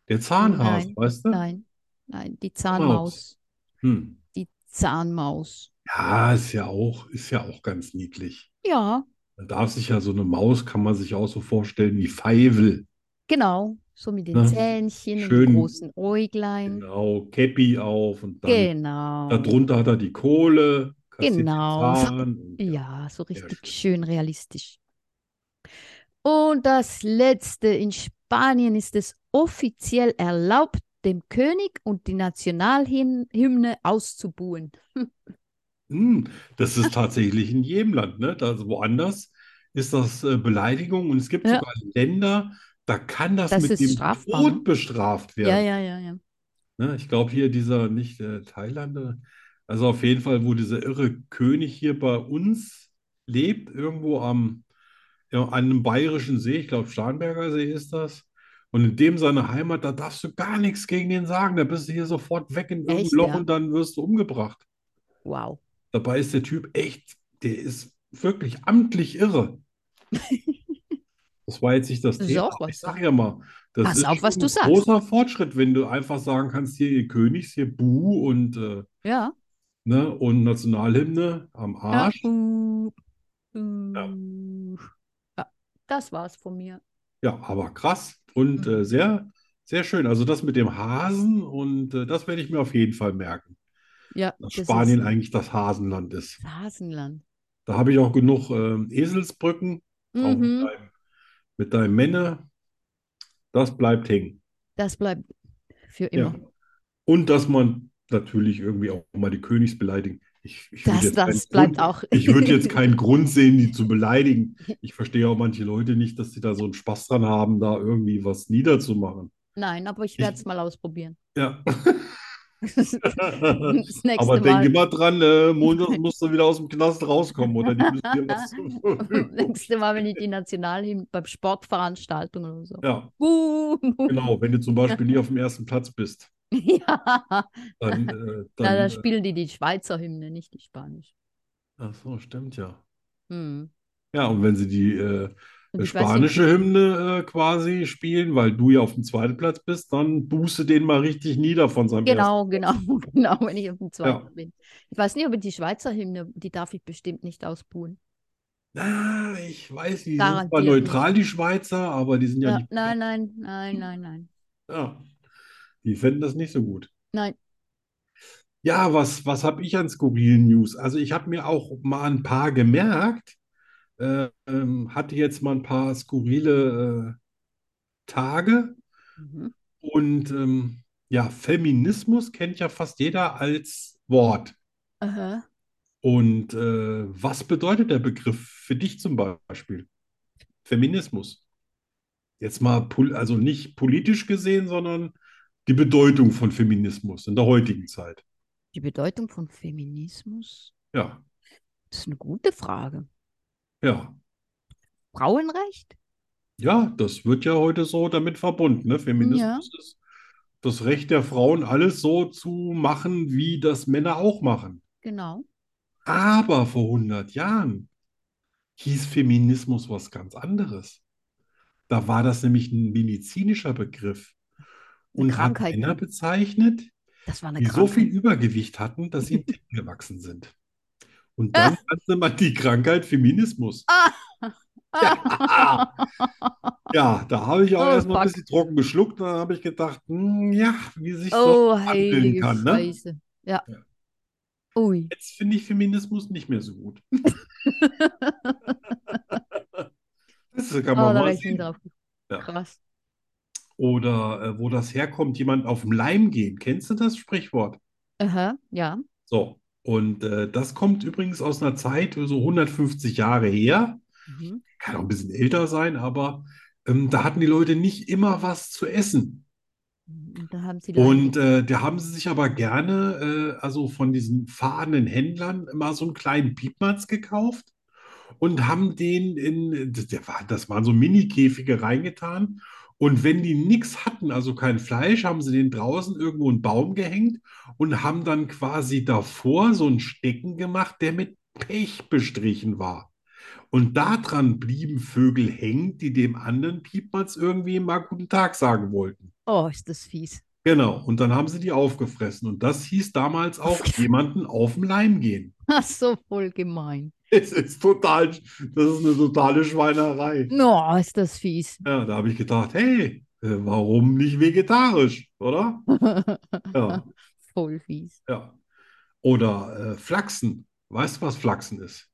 Der Zahnhase, Nein, weißt du? Nein, nein, die Zahnmaus. Hm. Die Zahnmaus. Ja, ist ja auch, ist ja auch ganz niedlich. Ja, Man darf sich ja so eine Maus, kann man sich auch so vorstellen wie Feivel. genau. So mit den Na, Zähnchen und schön. den großen Äuglein. Genau, Käppi auf und dann Genau. darunter hat er die Kohle, kassiert den Genau. Zahn und Ja, so richtig schön. schön realistisch. Und das Letzte, in Spanien ist es offiziell erlaubt, dem König und die Nationalhymne auszubuhen. Hm, das ist tatsächlich in jedem Land, ne? Da, woanders ist das äh, Beleidigung und es gibt Ja. sogar Länder, da kann das Das mit ist dem strafbar, Tod ne? bestraft Ja, werden. ja, ja, ja. Ne? Ich glaube hier dieser, nicht äh, Thailand, äh, also auf jeden Fall, wo dieser irre König hier bei uns lebt, irgendwo am, ja, an einem bayerischen See, ich glaube Starnberger See ist das. Und in dem seine Heimat, da darfst du gar nichts gegen den sagen. Da bist du hier sofort weg in irgendein Echt, Loch ja? und dann wirst du umgebracht. Wow. Dabei ist der Typ echt, der ist wirklich amtlich irre. Das war jetzt nicht das Das ist Thema. auch aber was. Ich sag ja mal, das Pass ist auf, was schon du ein sagst. großer Fortschritt, wenn du einfach sagen kannst, hier ihr Königs, hier Bu und, äh, Ja. ne, und Nationalhymne am Ja. Arsch. Uh, uh. ja. Das war's von mir. Ja, aber krass und Mhm. äh, sehr, sehr schön. Also das mit dem Hasen und äh, das werde ich mir auf jeden Fall merken, Ja, dass das ist Spanien ein eigentlich das Hasenland ist. Rasenland. Da habe ich auch genug ähm, Eselsbrücken, auch mit Mhm, deinem, mit deinem Männer. Das bleibt hängen. das bleibt für Ja. immer. Und dass man natürlich irgendwie auch mal die Königs beleidigen. Ich, ich würde Das, jetzt keinen das bleibt Grund, auch. ich würde jetzt keinen Grund sehen, die zu beleidigen. Ich verstehe auch manche Leute nicht, dass sie da so einen Spaß dran haben, da irgendwie was niederzumachen. Nein, aber ich Ich- werde es mal ausprobieren. Ja. Das nächste Aber denke mal Mal. dran, äh, montags musst du wieder aus dem Knast rauskommen oder die müssen dir was zur Verfügung. Nächste Mal, wenn ich die Nationalhymne beim Sportveranstaltung oder so. Ja, Buh. genau. Wenn du zum Beispiel nie auf dem ersten Platz bist, Ja, dann, äh, da, da dann, äh, spielen die die Schweizer Hymne, nicht die spanische. ach so, stimmt ja. Hm. Ja, und wenn sie die äh, Und ich weiß nicht, spanische Hymne äh, quasi spielen, weil du ja auf dem zweiten Platz bist, dann buße den mal richtig nieder von seinem ersten. genau, genau, genau, wenn ich auf dem zweiten Ja. bin. Ich weiß nicht, aber die Schweizer Hymne, die darf ich bestimmt nicht ausbuhen. Ah, ich weiß, die sind zwar Garantiert nicht. neutral, die Schweizer, aber die sind ja Ja, nicht. nein, nein, nein, nein, nein. Ja, die fänden das nicht so gut. Nein. Ja, was, was habe ich an skurrilen News? Also ich habe mir auch mal ein paar gemerkt, äh, ähm, hatte jetzt mal ein paar skurrile äh, Tage Mhm. und ähm, ja, Feminismus kennt ja fast jeder als Wort. Aha. Und äh, was bedeutet der Begriff für dich zum Beispiel? Feminismus. Jetzt mal, pol- also nicht politisch gesehen, sondern die Bedeutung von Feminismus in der heutigen Zeit. Die Bedeutung von Feminismus? Ja, Das ist eine gute Frage. ja. Frauenrecht? Ja, das wird ja heute so damit verbunden, ne? Ja. Feminismus ist das Recht der Frauen, alles so zu machen, wie das Männer auch machen. Genau. Aber vor 100 Jahren hieß Feminismus was ganz anderes. Da war das nämlich ein medizinischer Begriff Eine und hat Krankheit. Männer bezeichnet, Das war eine die so viel Krankheit. Übergewicht hatten, dass sie in Titten gewachsen sind. Und dann Ah. nannte man die Krankheit Feminismus. Ja. Ja, da habe ich auch Oh, erstmal ein fuck. bisschen trocken geschluckt. Dann habe ich gedacht, hm, ja, wie sich das Oh, handeln heilige kann. Ne? Scheiße. Ja. Ja. Ui. Jetzt finde ich Feminismus nicht mehr so gut. Das kann Oh, man da mal wäre ich nie sehen. drauf gekommen. Ja. Krass. Oder äh, wo das herkommt, jemand auf den Leim gehen. Kennst du das Sprichwort? Aha, ja. So, und äh, das kommt übrigens aus einer Zeit, so 150 Jahre her. Mhm. Kann auch ein bisschen älter sein, aber ähm, da hatten die Leute nicht immer was zu essen. Und Hm, da haben sie Leute. Und äh, da haben sie sich aber gerne, äh, also von diesen fahrenden Händlern, immer so einen kleinen Piepmatz gekauft und haben den in, das, der war, das waren so Mini-Käfige reingetan. Und wenn die nichts hatten, also kein Fleisch, haben sie den draußen irgendwo einen Baum gehängt und haben dann quasi davor so einen Stecken gemacht, der mit Pech bestrichen war. Und daran blieben Vögel hängen, die dem anderen Piepmatz irgendwie mal guten Tag sagen wollten. Oh, ist das fies. Genau, und dann haben sie die aufgefressen. Und das hieß damals auch, jemanden auf den Leim gehen. Ach, so voll gemein. Es ist total, das ist eine totale Schweinerei. No, ist das fies. Ja, da habe ich gedacht, hey, äh, warum nicht vegetarisch, oder? Ja, Voll fies. ja. Oder äh, Flachsen. Weißt du, was Flachsen ist?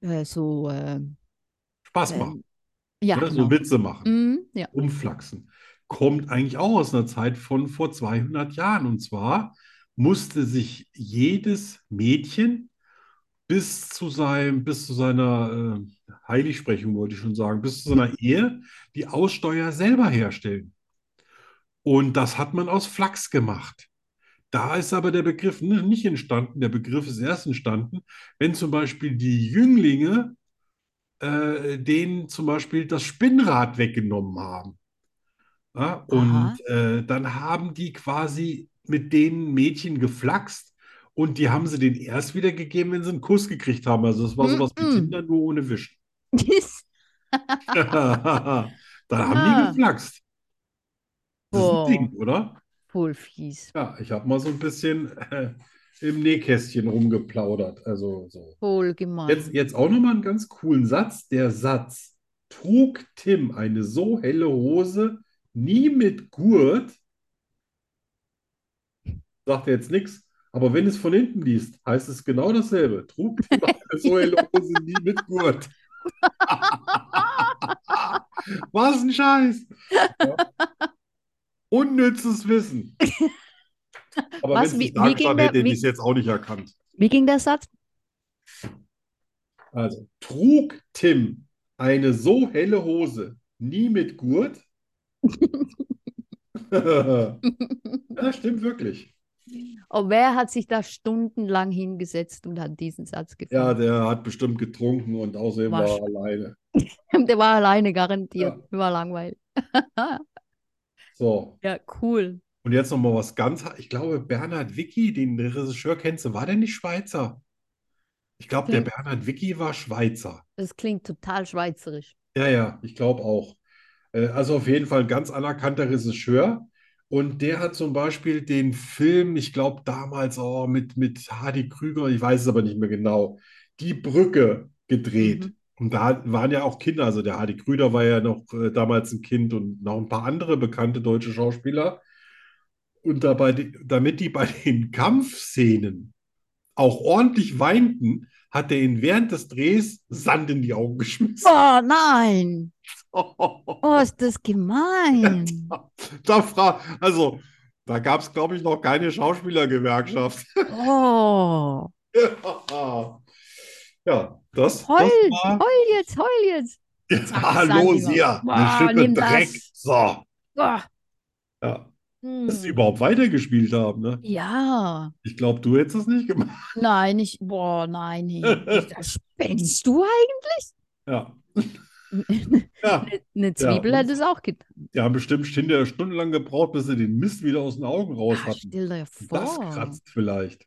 Äh, so, ähm, Spaß machen, ähm, ja, ne? genau. So Witze machen, Mhm, ja. rumflachsen. Kommt eigentlich auch aus einer Zeit von vor 200 Jahren. Und zwar musste sich jedes Mädchen bis zu seinem, bis zu seiner äh, Heiligsprechung, wollte ich schon sagen, bis zu seiner Ehe die Aussteuer selber herstellen. Und das hat man aus Flachs gemacht. Da ist aber der Begriff n- nicht entstanden. Der Begriff ist erst entstanden, wenn zum Beispiel die Jünglinge äh, denen zum Beispiel das Spinnrad weggenommen haben. Ja, Aha. und äh, dann haben die quasi mit den Mädchen geflaxt und die haben sie den erst wieder gegeben, wenn sie einen Kuss gekriegt haben. Also das war sowas wie Mhm. Tinder, nur ohne Wischen. da haben die geflaxt. Das ist ein Boah. Ding, oder? Voll fies. Ja, ich habe mal so ein bisschen äh, im Nähkästchen rumgeplaudert. Also so. Voll gemein. Jetzt, jetzt auch nochmal einen ganz coolen Satz. Der Satz, trug Tim eine so helle Hose nie mit Gurt, sagt er jetzt nichts. Aber wenn es von hinten liest, heißt es genau dasselbe. Trug Tim eine so helle Hose nie mit Gurt. Was ein Scheiß. Ja. Unnützes Wissen. Aber Was, wenn es wie- nicht wie da ging stand, der- hätte wie- ich es jetzt auch nicht erkannt. Wie ging der Satz? Also, trug Tim eine so helle Hose nie mit Gurt? Ja, stimmt wirklich. Oh, wer hat sich da stundenlang hingesetzt und hat diesen Satz Ja, gefunden? der hat bestimmt getrunken und außerdem war er Wasch. alleine. Der war alleine garantiert. War langweilig. So, Ja, cool. und jetzt nochmal was ganz. Ich glaube, Bernhard Wicki, den Regisseur kennst du, war der nicht Schweizer? Ich glaube, der Klingt- Bernhard Wicki war Schweizer. Das klingt total schweizerisch. Ja, ja, ich glaube auch. Äh, Also auf jeden Fall ein ganz anerkannter Regisseur. Und der hat zum Beispiel den Film, ich glaube damals oh, mit, mit Hardy Krüger, ich weiß es aber nicht mehr genau, Die Brücke gedreht. Mhm. Und da waren ja auch Kinder, also der Hardy Krüger war ja noch äh, damals ein Kind und noch ein paar andere bekannte deutsche Schauspieler. Und dabei, damit die bei den Kampfszenen auch ordentlich weinten, hat er ihnen während des Drehs Sand in die Augen geschmissen. Oh nein! Oh, ist das gemein! Da fra also, da gab es, glaube ich, noch keine Schauspielergewerkschaft. Oh! ja, das, das Heul! war. Heul jetzt, heul jetzt! Zack, Hallo, Sandy war- hier, eine Wow, Schippe nimm das. Dreck. So, Oh, ja, dass sie hm. überhaupt weitergespielt haben. Ne? Ja, Ich glaube, du hättest es nicht gemacht. nein, ich, boah, nein, hey, da spinnst du halt. Ja, eigentlich? ja. Eine Zwiebel Ja. hätte es auch getan. Die haben bestimmt hinterher stundenlang gebraucht, bis sie den Mist wieder aus den Augen raus Ah, hatten. stell dir Das vor, kratzt vielleicht.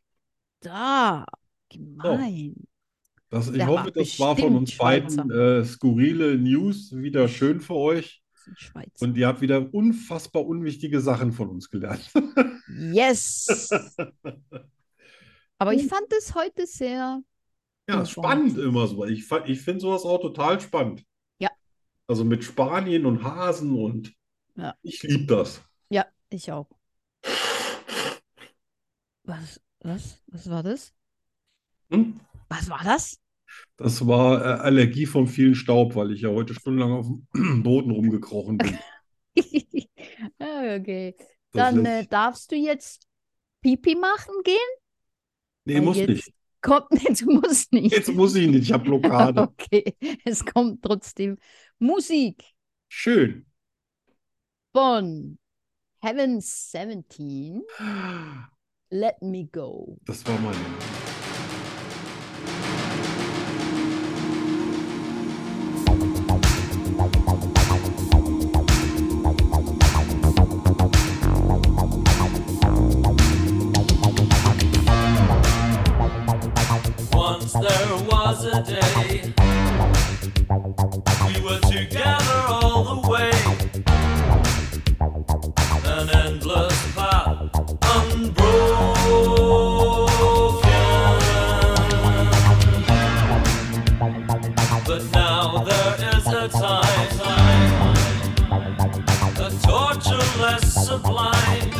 da, Oh. gemein. Das, ich Der hoffe, war das war von bestimmt uns beiden äh, skurrile News wieder schön für euch. Das sind Schweizer. Und ihr habt wieder unfassbar unwichtige Sachen von uns gelernt. Yes! Aber ich fand es heute sehr Ja, spannend immer so. Ich, fa- ich finde sowas auch total spannend. Ja. Also mit Spanien und Hasen und Ja. ich liebe das. Ja, ich auch. Was, was, was war das? Hm? Was war das? Das war äh, Allergie vom vielen Staub, weil ich ja heute stundenlang auf dem Boden rumgekrochen bin. Ah, Okay. Das Dann lässt- äh, darfst du jetzt Pipi machen gehen? Nee, weil muss jetzt nicht. Kommt, jetzt muss nicht. Jetzt muss ich nicht, ich habe Blockade. Okay, es kommt trotzdem Musik Schön. von Heaven 17. Let me go. Das war meine. Once there was a day we were together all the way. An endless path, unbroken. But now there is a time, a tortureless sublime.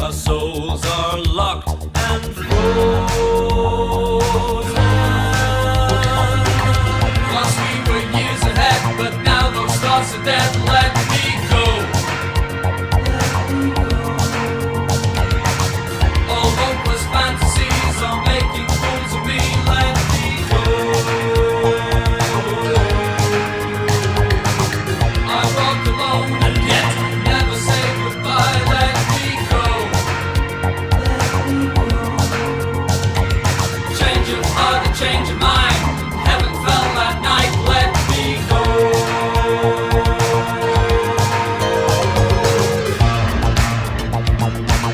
Our souls are locked and frozen. Lost we were years ahead, but now those thoughts are dead. Let me go. All hopeless fantasies are making fools of me. Let me go. I walk alone and yet never say goodbye. Let me go. Change of heart, a change of mind. Heaven fell that night, let me go.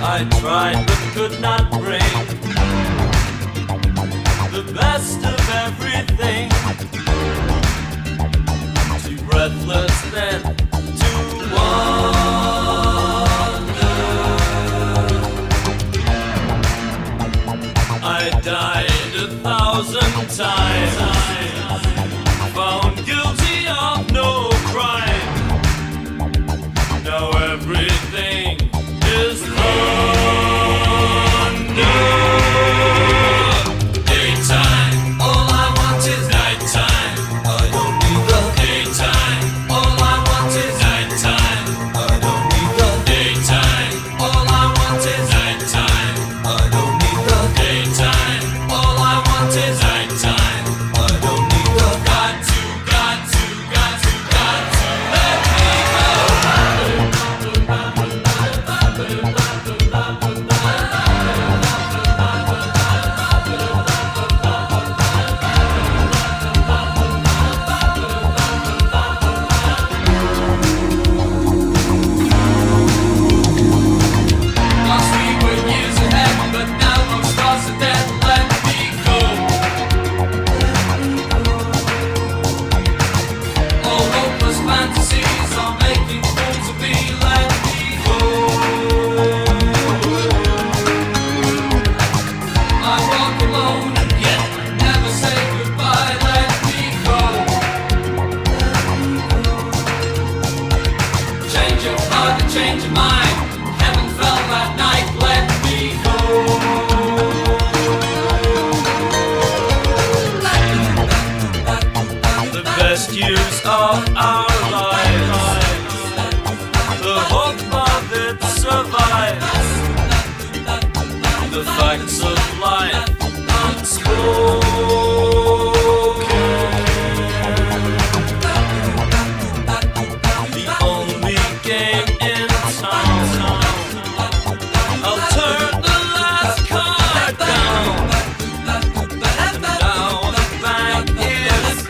I tried but could not bring the best of everything. denied a thousand times. Found guilty of no crime. Now everything is under daytime. All I want is nighttime. I don't need the daytime. All I want is nighttime. I don't need the daytime. All I want is nighttime. I don't need the daytime. All I want is nighttime. I don't need the got to, got to, got to, got to let me go. Lost we were years ahead, but now I'm lost to death. Let me go. All hopeless fantasies are making fools of me. Let me go. I walk alone and yet never say goodbye. Let me go. Change your heart and change your mind. Heaven fell that night, let me go. The best years of our lives. The hope that survives. The facts of life unspoken. The only game in town. I'll turn the last card down. Now the bank is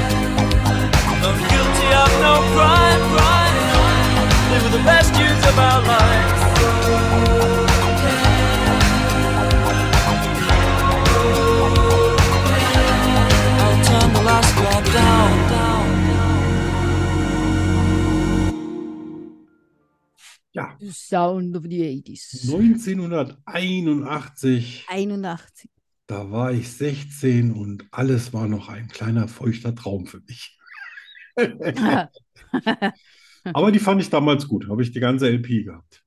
broken. I'm guilty of no crime, crime. They were the best years of our lives. I'll turn the last card down. Ja, The Sound of the 80s. 1981, 81. da war ich 16 und alles war noch ein kleiner feuchter Traum für mich. Aber die fand ich damals gut, habe ich die ganze LP gehabt.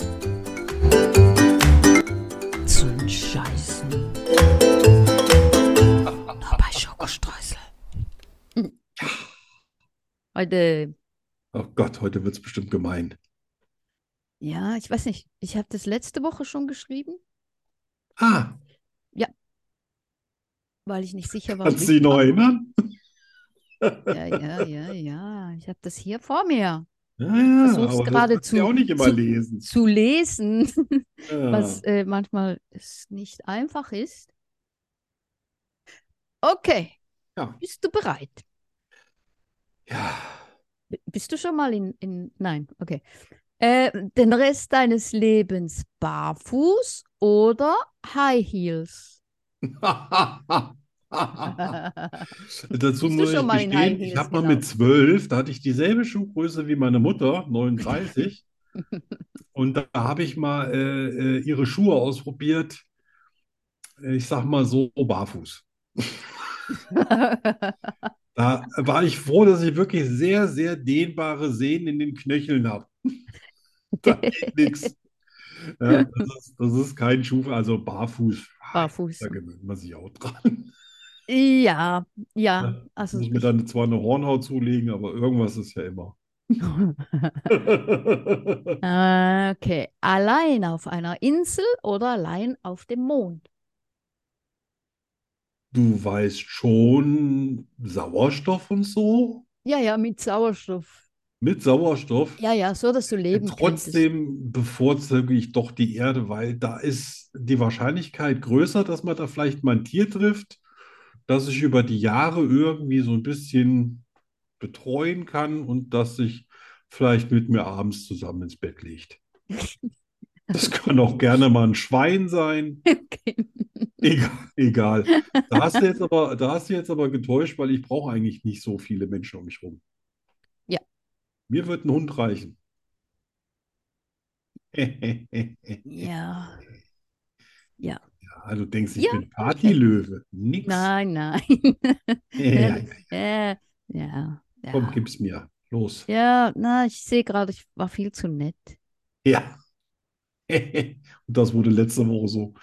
Zum Scheißen. Nur bei Schokostreusel. Heute, Oh Gott, heute wird es bestimmt gemein. ja, ich weiß nicht, ich habe das letzte Woche schon geschrieben, Ah, weil ich nicht sicher war. kannst du dich noch erinnern? Ja, ja, ja, ja, ich habe das hier vor mir Ja, ja, Versuch's aber das gerade kannst du ja zu- auch nicht immer zu- lesen. zu lesen, Ja. was äh, manchmal es nicht einfach ist. Okay, Ja. bist du bereit? Ja. B- Bist du schon mal in, in nein, okay. Äh, den Rest deines Lebens barfuß oder High Heels? Äh, Dazu Bist du muss schon ich mal in High gestehen, ich Heels habe mal mit gelaufen? zwölf, da hatte ich dieselbe Schuhgröße wie meine Mutter, 39. Und da habe ich mal äh, äh, ihre Schuhe ausprobiert. ich sag mal so, barfuß. Da war ich froh, dass ich wirklich sehr, sehr dehnbare Sehnen in den Knöcheln habe. Da geht nichts. Ja, das ist, das ist kein Schuh, also barfuß. Barfuß. Da gewöhnt man sich auch dran. Ja, ja, Ja, also Muss mir dann zwar eine Hornhaut zulegen, aber irgendwas ist ja immer. Ah, Okay, allein auf einer Insel oder allein auf dem Mond? Du weißt schon, Sauerstoff und so? Ja, ja, mit Sauerstoff. Mit Sauerstoff? Ja, ja, so dass du leben könntest. Trotzdem bevorzuge ich doch die Erde, weil da ist die Wahrscheinlichkeit größer, dass man da vielleicht mal ein Tier trifft, das ich über die Jahre irgendwie so ein bisschen betreuen kann und das sich vielleicht mit mir abends zusammen ins Bett legt. Das kann auch gerne mal ein Schwein sein. Okay. Egal, egal. Da hast du jetzt aber, da hast du jetzt aber getäuscht, weil ich brauche eigentlich nicht so viele Menschen um mich rum. Ja. Mir wird ein Hund reichen. Also, Ja, Ja, du denkst, ich Ja, bin Partylöwe. Nix. nein, nein. Ja, ja, Äh, ja, komm, ja. gib's mir. Los. Ja, na, ich sehe gerade, ich war viel zu nett. Ja. Und das, wo du letzte Woche so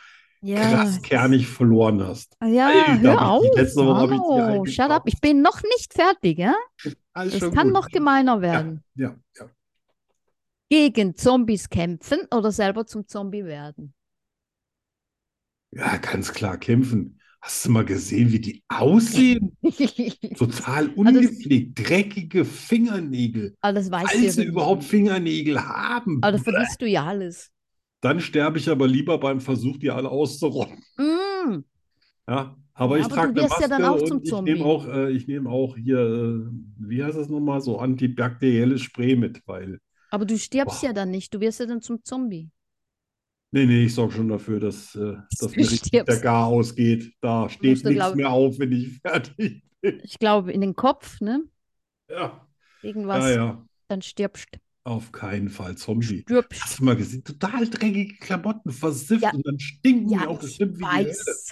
Ja, krass kernig verloren hast. ja, Alter, hab ich hör die auf. letzte Woche hab ich die Wow, shut up, ich bin noch nicht fertig, ja? Alles Es schon kann gut. noch gemeiner werden. Ja, ja. Gegen Zombies kämpfen oder selber zum Zombie werden? Ja, ganz klar kämpfen. Hast du mal gesehen, wie die aussehen? Also Total ungepflegt. Dreckige Fingernägel. Aber das weißt du ja Falls sie nicht. überhaupt Fingernägel haben. Aber da vergisst du ja alles. Dann sterbe ich aber lieber beim Versuch, die alle auszurotten. Mm. Ja, aber Ja, ich aber trage du eine wirst ja dann Maske auch zum und ich Zombie. nehme auch, äh, ich nehme auch hier, äh, wie heißt das nochmal, so antibakterielles Spray mit, weil, Aber du stirbst Boah. ja dann nicht, du wirst ja dann zum Zombie. nee, nee, ich sorge schon dafür, dass, äh, dass Du mir richtig der stirbst. Gar ausgeht. Da steht musst du, nichts glaub ich- mehr auf, wenn ich fertig bin. Ich glaube, in den Kopf, ne? Ja, Irgendwas, ja, ja, dann stirbst. auf keinen Fall Zombie. Stirbst. Hast du mal gesehen? Total dreckige Klamotten, versifft Ja. und dann stinken die Ja, auch ich bestimmt wie die Hölle. weiß.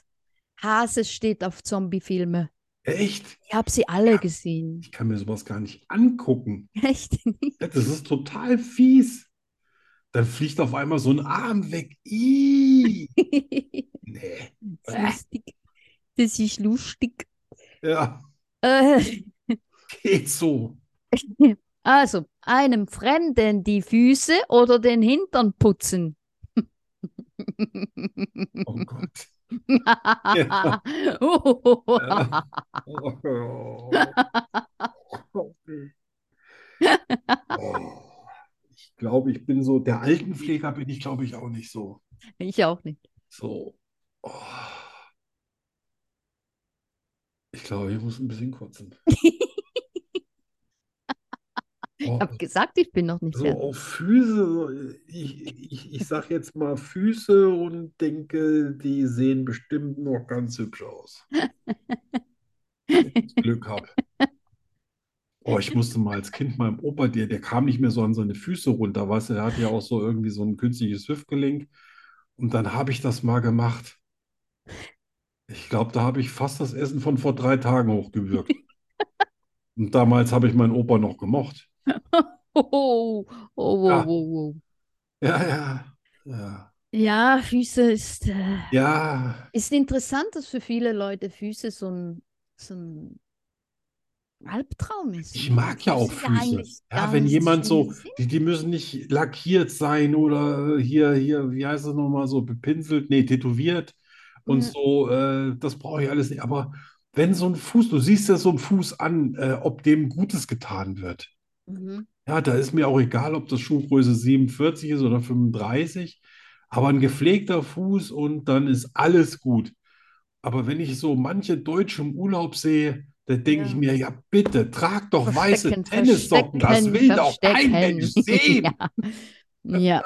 Hase steht auf Zombie-Filme. Echt? Ich habe sie alle gesehen. Ich kann mir sowas gar nicht angucken. Echt? Ja, Das ist total fies. Dann fliegt auf einmal so ein Arm weg. Ih. das Nee. ist lustig. Das ist lustig. Ja, Äh, geht so. also, einem Fremden die Füße oder den Hintern putzen. Oh Gott. Ja. Ja. Oh. Oh. Ich glaube, ich bin so, der Altenpfleger bin ich, glaube ich, auch nicht so. Ich auch nicht. So. Oh. Ich glaube, ich muss ein bisschen kotzen. Oh. Ich habe gesagt, ich bin noch nicht So fertig. auf Füße, so, ich, ich, ich sag jetzt mal Füße und denke, die sehen bestimmt noch ganz hübsch aus. Wenn ich Glück habe. Oh, ich musste mal als Kind meinem Opa, der, der kam nicht mehr so an seine Füße runter, weißt du, der hatte ja auch so irgendwie so ein künstliches Hüftgelenk. Und dann habe ich das mal gemacht. Ich glaube, da habe ich fast das Essen von vor drei Tagen hochgewürgt. Und damals habe ich meinen Opa noch gemocht. Oh, oh, oh, Ja. oh, oh. Ja, ja, ja. Ja, Füße ist, äh, Ja, ist interessant, dass für viele Leute Füße so ein, so ein Albtraum Hm, ist. ne? ich mag ja auch Füße Füße. eigentlich Ja, gar wenn nichts jemand so, Schlimmes sind. die, die müssen nicht lackiert sein oder hier, hier, wie heißt das nochmal so, bepinselt, nee, tätowiert und Ja. so, äh, das brauche ich alles nicht. Aber wenn so ein Fuß, du siehst ja so einen Fuß an, äh, ob dem Gutes getan wird. Mhm. Ja, da ist mir auch egal, ob das Schuhgröße 47 ist oder 35, aber ein gepflegter Fuß und dann ist alles gut. Aber wenn ich so manche Deutsche im Urlaub sehe, dann denke ich Ja. mir, ja bitte, trag doch weiße Verstecken, Tennissocken, das verstecken, will doch kein verstecken. Mensch sehen. Ja.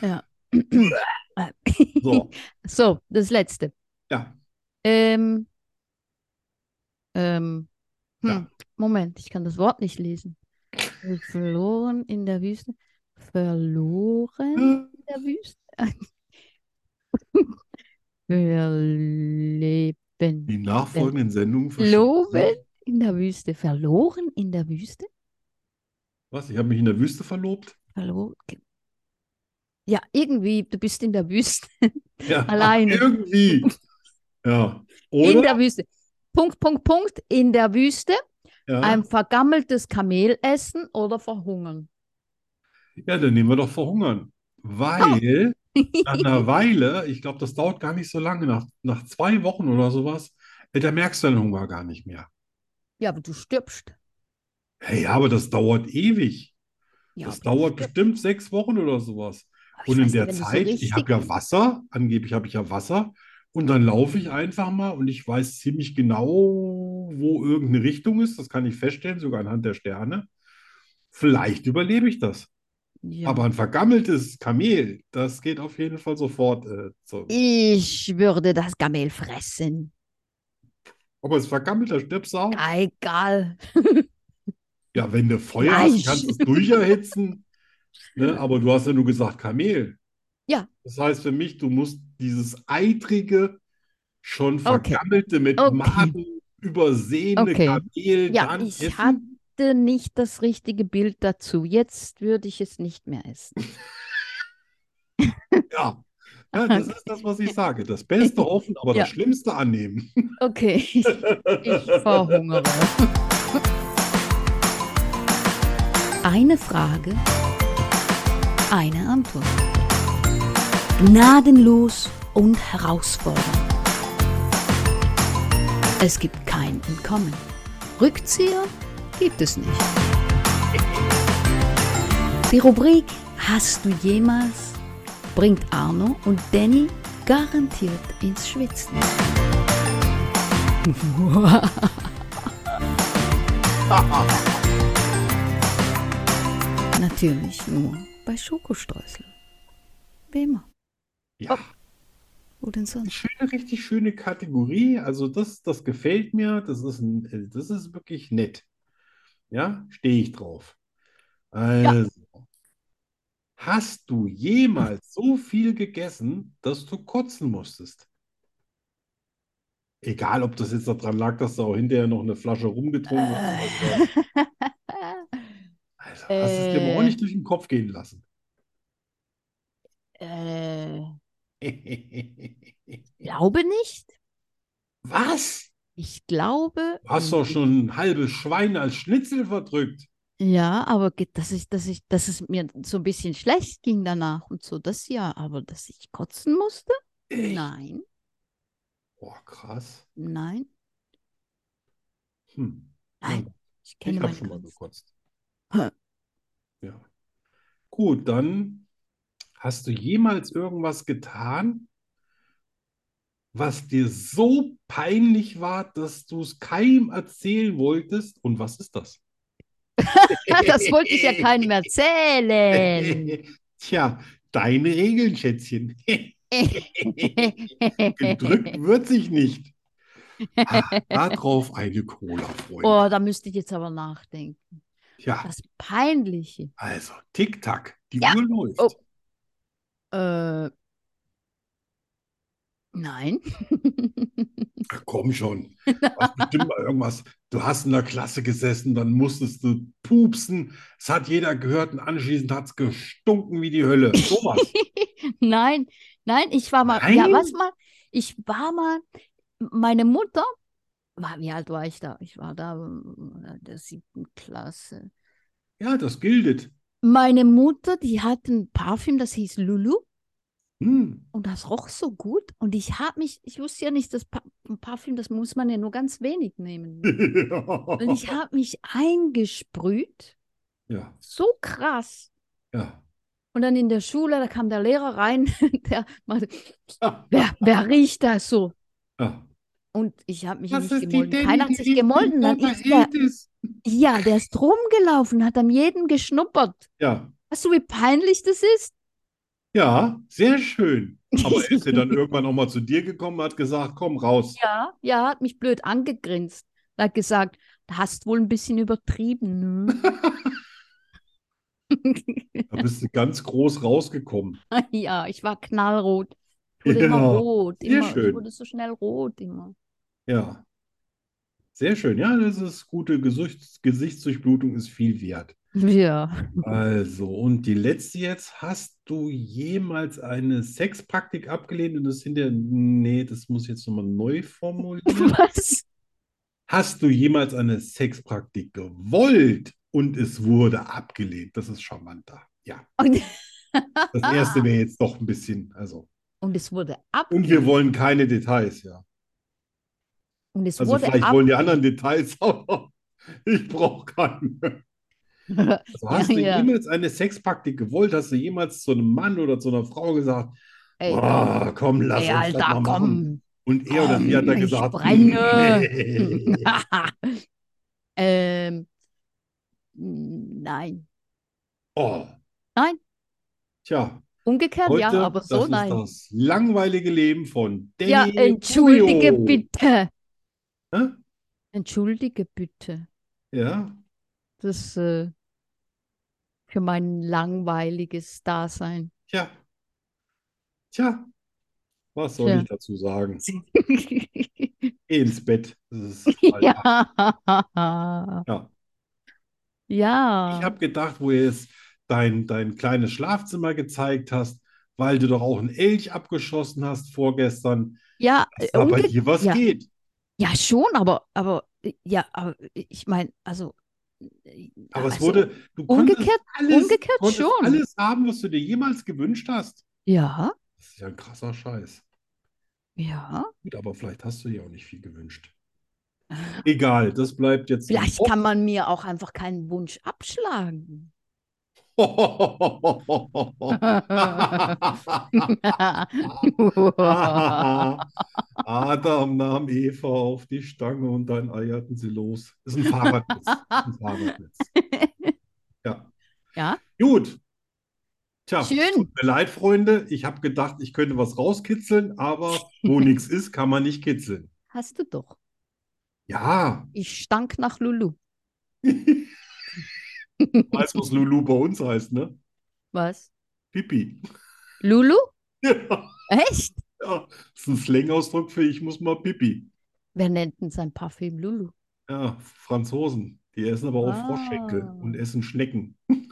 Ja. Ja. So, So, das letzte. ja, Ähm, ähm, hm, Ja. Moment, ich kann das Wort nicht lesen. Verloren in der Wüste. Verloren in der Wüste. Wir leben Die nachfolgenden Sendungen Loben verschieben sich. in der Wüste. Verloren in der Wüste? Was? Ich habe mich in der Wüste verlobt? Verloren. Ja, irgendwie, du bist in der Wüste. Ja, Alleine. Irgendwie. Ja. In Oder? der Wüste. Punkt, Punkt, Punkt. In der Wüste. Ja. Ein vergammeltes Kamel essen oder verhungern. ja, dann nehmen wir doch verhungern. Weil Oh. nach einer Weile, ich glaube, das dauert gar nicht so lange, nach, nach zwei Wochen oder sowas, äh, da merkst du deinen Hunger gar nicht mehr. Ja, aber du stirbst. Hey, aber das dauert ewig. Ja, Das aber du dauert stirbst. bestimmt sechs Wochen oder sowas. Aber ich Und in weiß der nicht, wenn du so Zeit, ich habe richtig- ja Wasser, angeblich habe ich ja Wasser, und dann laufe ich einfach mal und ich weiß ziemlich genau, wo irgendeine Richtung ist. Das kann ich feststellen, sogar anhand der Sterne. Vielleicht überlebe ich das. Ja. Aber ein vergammeltes Kamel, das geht auf jeden Fall sofort. Äh, so. Ich würde das Kamel fressen. Aber es vergammelt, da stirbst du auch. Ah, Egal. Ja, wenn du Feuer hast, Fleisch. kannst du es durcherhitzen. Ne? Aber du hast ja nur gesagt Kamel. Ja. Das heißt für mich, du musst dieses eitrige, schon Okay. vergammelte, mit Okay. Maden übersehene Okay. Kamel Ja, dann ich essen. hatte nicht das richtige Bild dazu. Jetzt würde ich es nicht mehr essen. Ja. Ja, das ist das, was ich sage. Das Beste hoffen, aber Ja. das Schlimmste annehmen. Okay, ich verhungere. Eine Frage, eine Antwort. Gnadenlos und herausfordernd. Es gibt kein Entkommen. Rückzieher gibt es nicht. Die Rubrik Hast du jemals bringt Arno und Danny garantiert ins Schwitzen. Natürlich nur bei Schokostreusel. Wie immer. Ja, Wo denn sonst? eine schöne, richtig schöne Kategorie. Also das, das gefällt mir. Das ist ein, äh, das ist wirklich nett. Ja, stehe ich drauf. Also, hast du jemals so viel gegessen, dass du kotzen musstest? Egal, ob das jetzt daran lag, dass du auch hinterher noch eine Flasche rumgetrunken hast. oder was. Also, hast du es dir aber auch Äh. nicht durch den Kopf gehen lassen. äh, glaube nicht. Was? Ich glaube. ähm, Du hast doch schon ein halbes Schwein als Schnitzel verdrückt. Ja, aber ge- dass ich, dass ich, dass es mir so ein bisschen schlecht ging danach und so, das ja, aber dass ich kotzen musste? Echt? Nein, Boah, krass. nein, Hm. nein. Ich kenne Ich habe meine schon mal Grenzen. gekotzt. Hä. Ja. Gut, dann hast du jemals irgendwas getan, was dir so peinlich war, dass du es keinem erzählen wolltest? Und was ist das? Das wollte ich ja keinem erzählen. Tja, deine Regeln, Schätzchen. Gedrückt wird sich nicht. Ah, darauf eine Cola, Freunde. Oh, da müsste ich jetzt aber nachdenken. Ja, Das Peinliche. also Tick-Tack, die Ja. Uhr läuft. Oh. Äh, nein. Ach, Komm schon. Du hast bestimmt mal irgendwas. Du hast in der Klasse gesessen, dann musstest du pupsen. Es hat jeder gehört und anschließend hat es gestunken wie die Hölle. Sowas. Nein, nein, ich war mal, ja, Nein? was mal, ich war mal, meine Mutter, war, wie alt war ich da? Ich war da ähm, in der siebten Klasse. Ja, das gildet. Meine Mutter, die hatte ein Parfüm, das hieß Lulu Hm. und das roch so gut und ich habe mich, ich wusste ja nicht, das pa ein Parfüm, das muss man ja nur ganz wenig nehmen. Und ich habe mich eingesprüht, Ja, so krass. ja. Und dann in der Schule, da kam der Lehrer rein, der machte, Ah, wer, wer riecht das so? Ja. Und ich habe mich Das nicht ist die gemolden. Danny, Keiner die hat sich riecht gemolden. Dann Winter ist der, Iltis. ja, der ist rumgelaufen, hat an jedem geschnuppert. Ja, Weißt du, wie peinlich das ist? ja, sehr schön. Aber er ist ja dann irgendwann nochmal zu dir gekommen und hat gesagt, komm raus. Ja, ja, hat mich blöd angegrinst. Er hat gesagt, du hast wohl ein bisschen übertrieben. Ne? Da bist du ganz groß rausgekommen. ja, ich war knallrot. Wurde immer Ja. rot. Genau. Sehr Immer, ich schön. wurde so schnell rot immer. Ja. Sehr schön. Ja, das ist gute Gesucht, Gesichtsdurchblutung ist viel wert. Ja. Also, und die letzte jetzt. Hast du jemals eine Sexpraktik abgelehnt und das hinterher, nee, das muss ich jetzt nochmal neu formulieren. Was? Hast du jemals eine Sexpraktik gewollt und es wurde abgelehnt? Das ist charmanter. Ja, Und, das Ah. erste wäre jetzt doch ein bisschen, also. und es wurde ab. Und wir wollen keine Details, ja. Und es Also wurde vielleicht ab. wollen die anderen Details, aber ich brauche keine. Also hast Ja, du ja. jemals eine Sexpraktik gewollt? Hast du jemals zu einem Mann oder zu einer Frau gesagt, Ey, "Boah, komm, lass ey, uns das Alter, mal machen. komm. Und er oder sie hat dann Komm, ich gesagt, brenne. nee. ähm, nein. Oh. Nein. Tja, Umgekehrt ja, heute, aber das so ist nein. das langweilige Leben von Ja, Danny entschuldige Curio. bitte. Hä? Entschuldige bitte. Ja, Das äh, für mein langweiliges Dasein. tja. Tja, was soll Tja. ich dazu sagen? Geh ins Bett. Das ist halt- ja. ja. Ja. Ich habe gedacht, wo ihr jetzt dein, dein kleines Schlafzimmer gezeigt hast, weil du doch auch einen Elch abgeschossen hast vorgestern, Ja, dass äh, da bei umge- dir was ja. geht. ja, schon, aber, aber, äh, ja, aber ich meine, also, äh, Aber es also, wurde, du konntest umgekehrt, alles, umgekehrt konntest schon. alles haben, was du dir jemals gewünscht hast. ja, Das ist ja ein krasser Scheiß. ja. Gut, aber vielleicht hast du dir auch nicht viel gewünscht. Egal, das bleibt jetzt im Vielleicht kann man mir auch einfach keinen Wunsch abschlagen. Adam nahm Eva auf die Stange und dann eierten sie los. Ist ein Fahrradwitz. Ist ein Fahrradwitz. Ja. Ja. Gut. Tja, Schön. tut mir leid, Freunde. Ich habe gedacht, ich könnte was rauskitzeln, aber wo nichts ist, kann man nicht kitzeln. Hast du doch. Ja, Ich stank nach Lulu. weiß, was Lulu bei uns heißt, ne? Was? Pipi. Lulu? Ja, Echt? ja. Ist ein Slang-Ausdruck für ich muss mal Pipi. Wer nennt denn sein Parfüm Lulu? Ja, Franzosen. Die essen aber auch Ah. Froschschenkel und essen Schnecken. Denen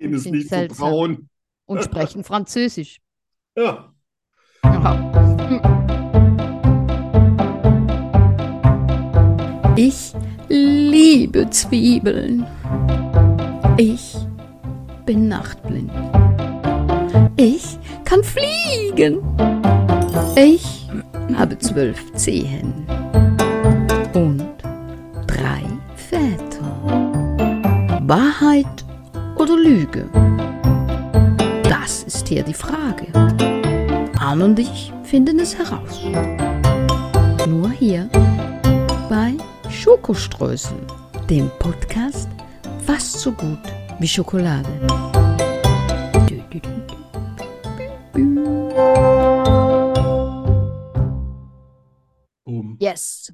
Und ist sind nicht so seltsam. braun. Und sprechen Französisch. Ja. Genau. Ich liebe Zwiebeln. Ich bin nachtblind. Ich kann fliegen. Ich habe zwölf Zehen und drei Väter. Wahrheit oder Lüge? Das ist hier die Frage. Arne und ich finden es heraus. Nur hier bei Schokoströßen, dem Podcast fast so gut wie Schokolade. Dü, dü, dü. Boom. Yes.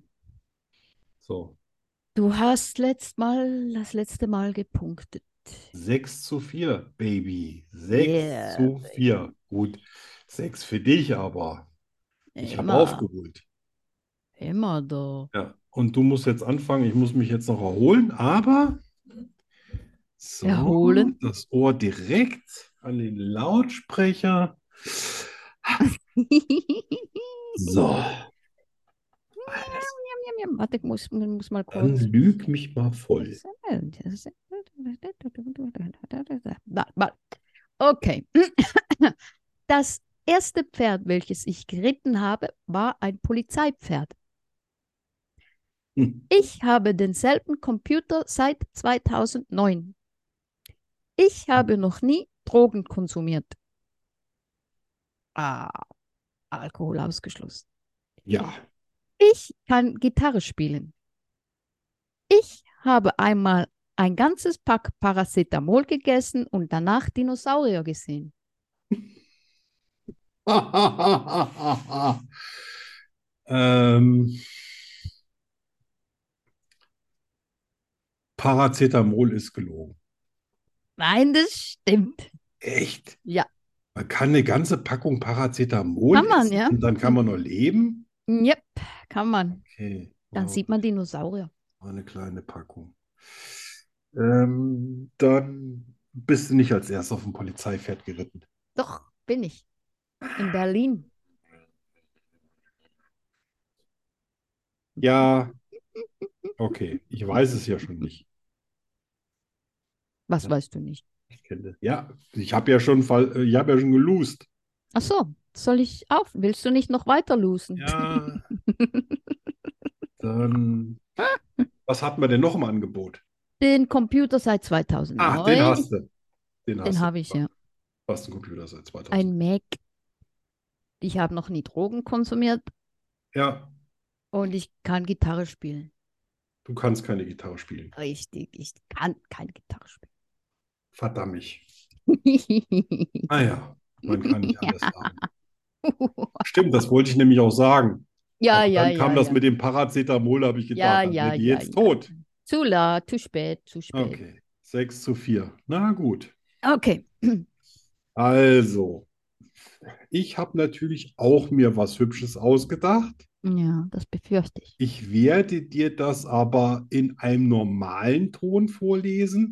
So. Du hast letzt mal, das letzte Mal gepunktet. 6 zu 4, Baby. 6 Yeah, zu 4. Gut. 6 für dich, aber ich habe Immer, aufgeholt. immer doch. Ja. Und du musst jetzt anfangen. Ich muss mich jetzt noch erholen, aber so, Erholen. das Ohr direkt an den Lautsprecher. So. Warte, ich muss, muss mal Dann kurz. lüg mich mal voll. Na, mal. Okay. Das erste Pferd, welches ich geritten habe, war ein Polizeipferd. Hm. Ich habe denselben Computer seit 2009. Ich habe noch nie Drogen konsumiert. Ah, Alkohol ausgeschlossen. Ja. Ich kann Gitarre spielen. Ich habe einmal ein ganzes Pack Paracetamol gegessen und danach Dinosaurier gesehen. Ähm, Paracetamol ist gelogen. Nein, das stimmt. Echt? Ja. Man kann eine ganze Packung Paracetamol Kann man, essen ja. Mhm. und dann kann man noch leben? Yep, kann man. Okay, Dann wow. sieht man Dinosaurier. Mal Eine kleine Packung. Ähm, dann bist du nicht als erster auf dem Polizeipferd geritten. Doch, bin ich. In Berlin. Ja, okay. Ich weiß es ja schon nicht. Was Ja. weißt du nicht? Ich kenne das. Ja, ich habe ja schon, fall- äh, ich habe ja schon geloost. Ach so, soll ich auf? Willst du nicht noch weiter losen? Ja. Dann, was hatten wir denn noch im Angebot? Den Computer seit 2009. Ach, Ah, den hast du. Den hast Ah, Den du. habe ich, ja. Du hast einen Computer seit 2000. Ein Mac. Ich habe noch nie Drogen konsumiert Ja, und ich kann Gitarre spielen. du kannst keine Gitarre spielen. Richtig, ich kann keine Gitarre Verdammt. spielen. Ah ja, man kann nicht alles haben. Stimmt, das wollte ich nämlich auch sagen. ja, Aber ja, dann kam ja, das ja. mit dem Paracetamol, da habe ich Ja, gedacht, dann ja, wäre die ja, jetzt ja. tot. Zu la, zu spät, zu spät. Okay, 6 zu 4. Na gut. Okay. Also, ich habe natürlich auch mir was Hübsches ausgedacht. Ja, das befürchte ich. Ich werde dir das aber in einem normalen Ton vorlesen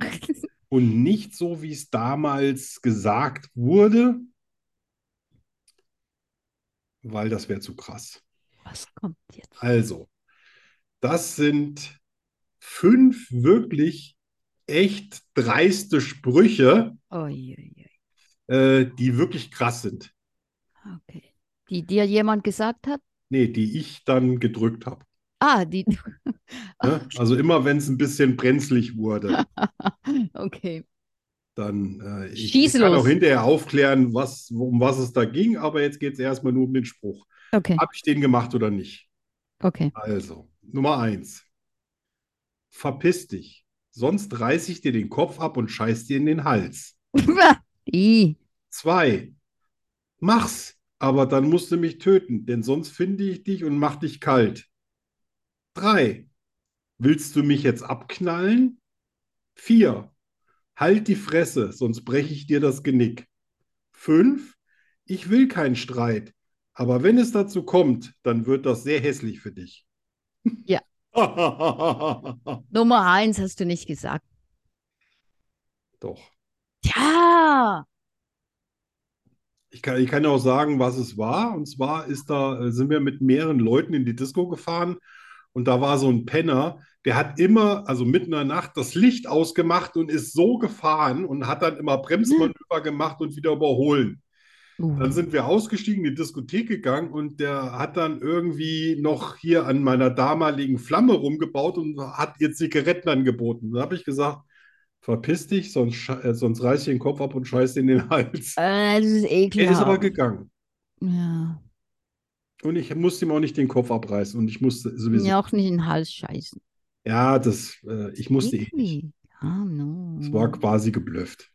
und nicht so, wie es damals gesagt wurde, weil das wäre zu krass. Was kommt jetzt? Also, das sind fünf wirklich echt dreiste Sprüche, Uiuiui. äh, die wirklich krass sind. Okay. Die dir jemand gesagt hat? Nee, die ich dann gedrückt habe. Ah, die. Ne? Also immer wenn es ein bisschen brenzlig wurde, Okay. dann äh, ich, Schieß ich kann auch los. hinterher aufklären, was, um was es da ging, aber jetzt geht es erstmal nur um den Spruch. Okay. Habe ich den gemacht oder nicht? Okay. Also, Nummer eins. Verpiss dich, sonst reiß ich dir den Kopf ab und scheiß dir in den Hals. I. Zwei, mach's, aber dann musst du mich töten, denn sonst finde ich dich und mach dich kalt. Drei, willst du mich jetzt abknallen? Vier, halt die Fresse, sonst breche ich dir das Genick. Fünf, ich will keinen Streit, aber wenn es dazu kommt, dann wird das sehr hässlich für dich. Ja. Nummer eins hast du nicht gesagt. Doch. Ja. Ich kann, ich kann ja auch sagen, was es war. Und zwar ist da, äh, sind wir mit mehreren Leuten in die Disco gefahren und da war so ein Penner, der hat immer, also mitten in der Nacht, das Licht ausgemacht und ist so gefahren und hat dann immer Bremsmanöver gemacht und wieder überholen. Dann Uh. sind wir ausgestiegen, in die Diskothek gegangen und der hat dann irgendwie noch hier an meiner damaligen Flamme rumgebaut und hat ihr Zigaretten angeboten. Da habe ich gesagt, verpiss dich, sonst, sche- äh, sonst reiß ich den Kopf ab und scheiß dir in den Hals. Äh, das ist Er ist aber ekelhaft. gegangen. Ja. Und ich musste ihm auch nicht den Kopf abreißen und ich musste sowieso. Mir auch nicht in den Hals scheißen. Ja, das, äh, ich musste eh nicht. Eklig. Ah, no. Es war quasi geblufft.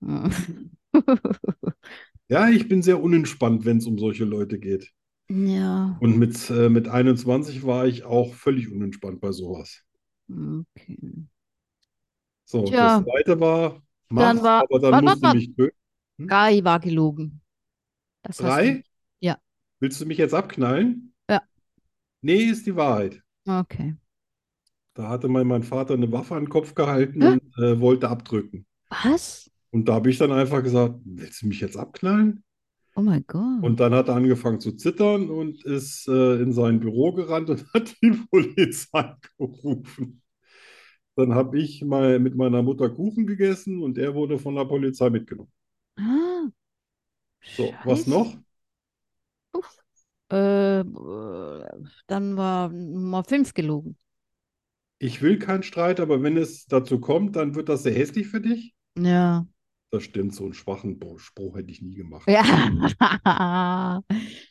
war Ja, ich bin sehr unentspannt, wenn es um solche Leute geht. Ja. Und mit, äh, mit 21 war ich auch völlig unentspannt bei sowas. Okay. So, Tja. das zweite war, Dann mach's, war- aber dann warte, musst du warte, mich töten. Guy war gelogen. Das hast Drei? Ja. Willst du mich jetzt abknallen? Ja. Nee, ist die Wahrheit. du. Okay. Da hatte mal mein Vater eine Waffe an den Kopf gehalten Hä? und äh, wollte abdrücken. Was? Und da habe ich dann einfach gesagt, willst du mich jetzt abknallen? Oh mein Gott. Und dann hat er angefangen zu zittern und ist äh, in sein Büro gerannt und hat die Polizei gerufen. Dann habe ich mal mit meiner Mutter Kuchen gegessen und er wurde von der Polizei mitgenommen. Ah. So, was Scheiße. noch? Äh, äh, dann war Nummer 5 gelogen. Ich will keinen Streit, aber wenn es dazu kommt, dann wird das sehr hässlich für dich. Ja. Das stimmt, so einen schwachen Bo- Spruch hätte ich nie gemacht. Ja. Aber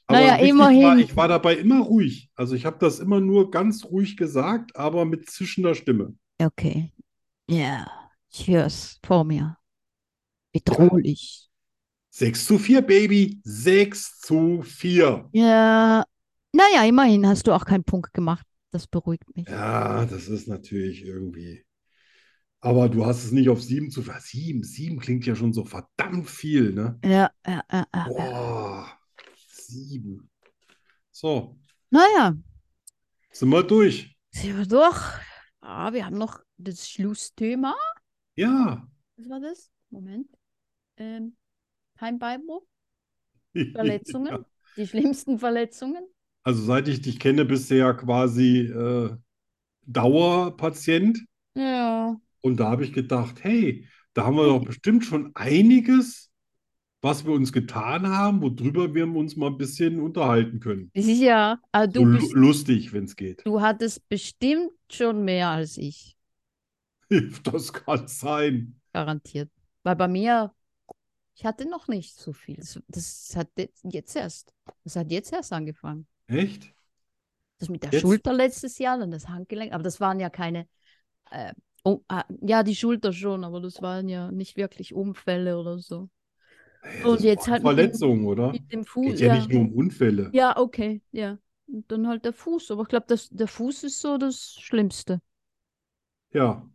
Naja, wichtig war, immerhin. ich war dabei immer ruhig. Also ich habe das immer nur ganz ruhig gesagt, aber mit zischender Stimme. Okay. Ja. Ich hör's vor mir. Bedrohlich. 6 zu 4, Baby. 6 zu 4. Ja. Naja, immerhin hast du auch keinen Punkt gemacht. Das beruhigt mich. Ja, das ist natürlich irgendwie. Aber du hast es nicht auf sieben zu ver. Sieben, sieben klingt ja schon so verdammt viel, ne? Ja, ja, ja, ja. ja. Boah, sieben. So, Naja, sind wir durch. sind wir durch. Ah, wir haben noch das Schlussthema. Ja. Was war das? Moment. Ähm, Heimbeibo, Verletzungen, die schlimmsten Verletzungen. Also seit ich dich kenne, bist du ja quasi äh, Dauerpatient. Ja. Und da habe ich gedacht, hey, da haben wir doch bestimmt schon einiges, was wir uns getan haben, worüber wir uns mal ein bisschen unterhalten können. Das ist ja, ah, So du, lu- bist, lustig, wenn es geht. du hattest bestimmt schon mehr als ich, Das kann sein. garantiert. Weil bei mir, ich hatte noch nicht so viel. Das, das hat jetzt- jetzt erst, das hat jetzt erst angefangen. Echt? Das mit der Jetzt? Schulter letztes Jahr, dann das Handgelenk, aber das waren ja keine, äh, oh, ah, ja, die Schulter schon, aber das waren ja nicht wirklich Unfälle oder so. Hey, Und das ist jetzt doch halt mit dem- Verletzung, oder? Mit dem Geht Fuß, ja ja. nicht nur um Unfälle. Ja, okay, ja. Und dann halt der Fuß. Aber ich glaube, der Fuß ist so das Schlimmste. Ja,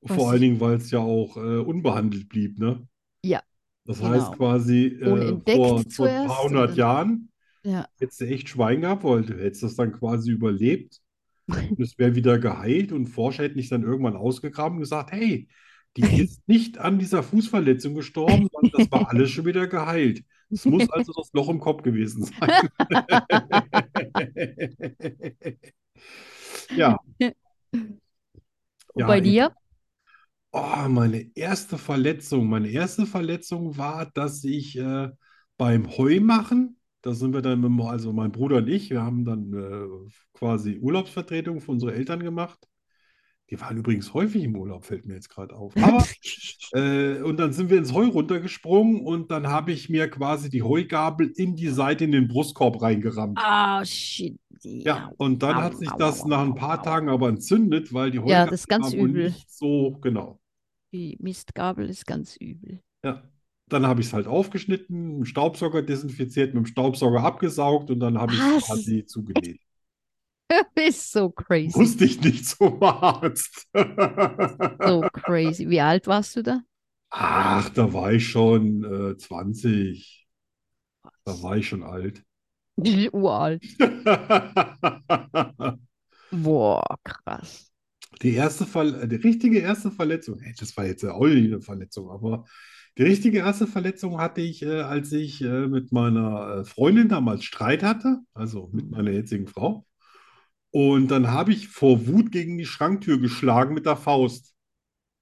Was vor allen ich- Dingen, weil es ja auch äh, unbehandelt blieb, ne? Ja, Das genau. heißt quasi, äh, Unentdeckt vor, vor ein zuerst paar und hundert dann- Jahren Ja. hättest du echt Schwein gehabt, weil du hättest das dann quasi überlebt und es wäre wieder geheilt und Forscher hätten dich dann irgendwann ausgegraben und gesagt, hey, die ist nicht an dieser Fußverletzung gestorben, sondern das war alles schon wieder geheilt. Es muss also das Loch im Kopf gewesen sein. Ja. Und bei ich- dir? Oh, meine erste Verletzung. Meine erste Verletzung war, dass ich äh, beim Heumachen, da sind wir dann, mit, dem- also mein Bruder und ich, wir haben dann äh, quasi Urlaubsvertretung für unsere Eltern gemacht. Die waren übrigens häufig im Urlaub, fällt mir jetzt gerade auf. Aber, äh, und dann sind wir ins Heu runtergesprungen und dann habe ich mir quasi die Heugabel in die Seite in den Brustkorb reingerammt. Ah, shit. Ja, und dann Au, hat sich au, das au, nach au, ein au, paar au. Tagen aber entzündet, weil die Ja, das ist Heugabel ganz war wohl übel. nicht so genau. Die Mistgabel ist ganz übel. Ja, dann habe ich es halt aufgeschnitten, mit dem Staubsauger desinfiziert, mit dem Staubsauger abgesaugt und dann habe ich es Was? quasi zugenäht. Ist so crazy. Musste ich nicht zum Arzt. So crazy. Wie alt warst du da? Ach, da war ich schon äh, 20. Da war ich schon alt. Uralt. Boah, krass. Die erste Ver die richtige erste Verletzung, ey, das war jetzt ja auch nicht eine Verletzung, aber die richtige erste Verletzung hatte ich, äh, als ich äh, mit meiner äh, Freundin damals Streit hatte, also mit meiner jetzigen Frau. Und dann habe ich vor Wut gegen die Schranktür geschlagen mit der Faust.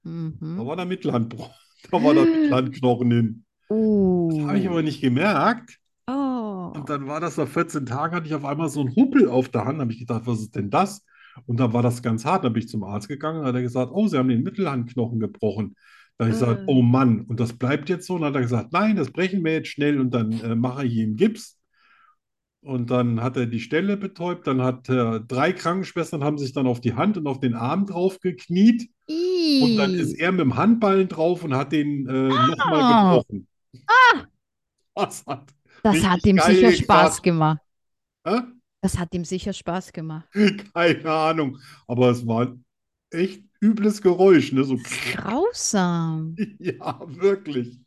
Da Mhm. war der Mittelhandbruch, da war der Mittelhandknochen hin. Das habe ich Uh. aber nicht gemerkt. Oh. Und dann war das nach 14 Tagen, hatte ich auf einmal so einen Huppel auf der Hand. Da habe ich gedacht, was ist denn das? Und dann war das ganz hart. Dann bin ich zum Arzt gegangen und hat er gesagt, oh, Sie haben den Mittelhandknochen gebrochen. Da habe ich gesagt, Äh. oh Mann, und das bleibt jetzt so. Und dann hat er gesagt, nein, das brechen wir jetzt schnell und dann äh, mache ich ihm Gips. Und dann hat er die Stelle betäubt. Dann hat äh, drei Krankenschwestern haben sich dann auf die Hand und auf den Arm drauf gekniet. Und dann ist er mit dem Handballen drauf und hat den äh, nochmal Ah. gebrochen. Ah! Das hat, Das hat richtig ihm geil sicher Spaß gekracht. gemacht. hä? Das hat ihm sicher Spaß gemacht. Keine Ahnung, aber es war ein echt übles Geräusch, ne? So, Grausam. ja, wirklich.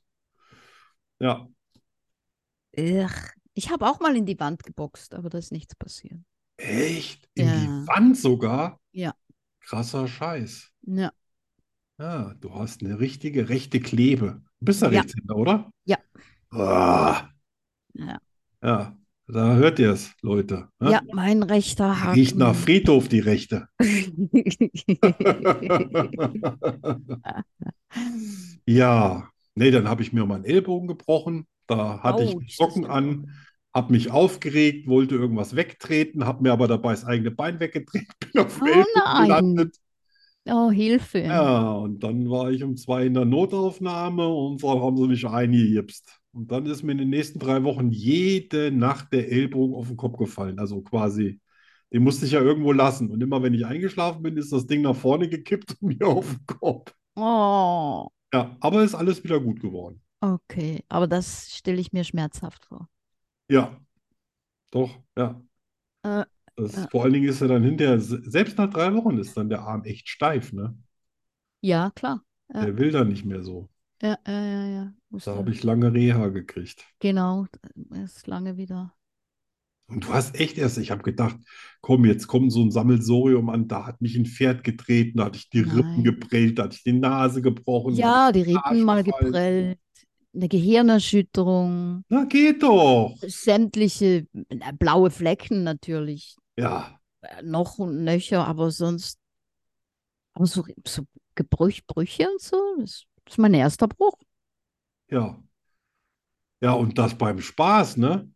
Ja, Ugh. Ich habe auch mal in die Wand geboxt, aber da ist nichts passiert. echt? In Ja. die Wand sogar? Ja. Krasser Scheiß. Ja, Ja, du hast eine richtige rechte Klebe. Du bist ja Ja. Rechtshänder, oder? Ja. Ah. Ja. Ja, da hört ihr es, Leute. ne? ja Hm. mein rechter Haken. Riecht nach Friedhof, die Rechte. Ja, nee, dann habe ich mir meinen Ellbogen gebrochen. Da hatte ich Autsch, das Socken tut an, habe mich aufgeregt, wollte irgendwas wegtreten, habe mir aber dabei das eigene Bein weggedreht, bin auf dem Oh Ellbogen nein. gelandet. oh, Hilfe. Ja, Mhm. und dann war ich um zwei in der Notaufnahme und dann haben sie mich eingejipst. Und dann ist mir in den nächsten drei Wochen jede Nacht der Ellbogen auf den Kopf gefallen. Also quasi, den musste ich ja irgendwo lassen. Und immer wenn ich eingeschlafen bin, ist das Ding nach vorne gekippt und mir auf den Kopf. Oh, Ja, aber ist alles wieder gut geworden. okay. Aber das stelle ich mir schmerzhaft vor. Ja, doch, ja. Äh, Das, äh. Vor allen Dingen ist er dann hinterher, se- selbst nach drei Wochen ist dann der Arm echt steif, ne? Ja, klar. Ja. Der will da nicht mehr so. Ja, ja, ja, ja. Muss Da ja- habe ich lange Reha gekriegt. Genau, erst lange wieder. Und du hast echt erst, ich habe gedacht, komm, jetzt kommt so ein Sammelsorium an, da hat mich ein Pferd getreten, da hatte ich die Rippen Nein. geprellt, da hatte ich die Nase gebrochen. Ja, die Rippen mal Arschgefallen. geprellt, eine Gehirnerschütterung, Na, geht doch. sämtliche äh, blaue Flecken natürlich, Ja, äh, noch und nöcher, aber sonst, aber so, so Gebrüch, Brüche und so, das ist mein erster Bruch. ja. Ja, und das beim Spaß, ne?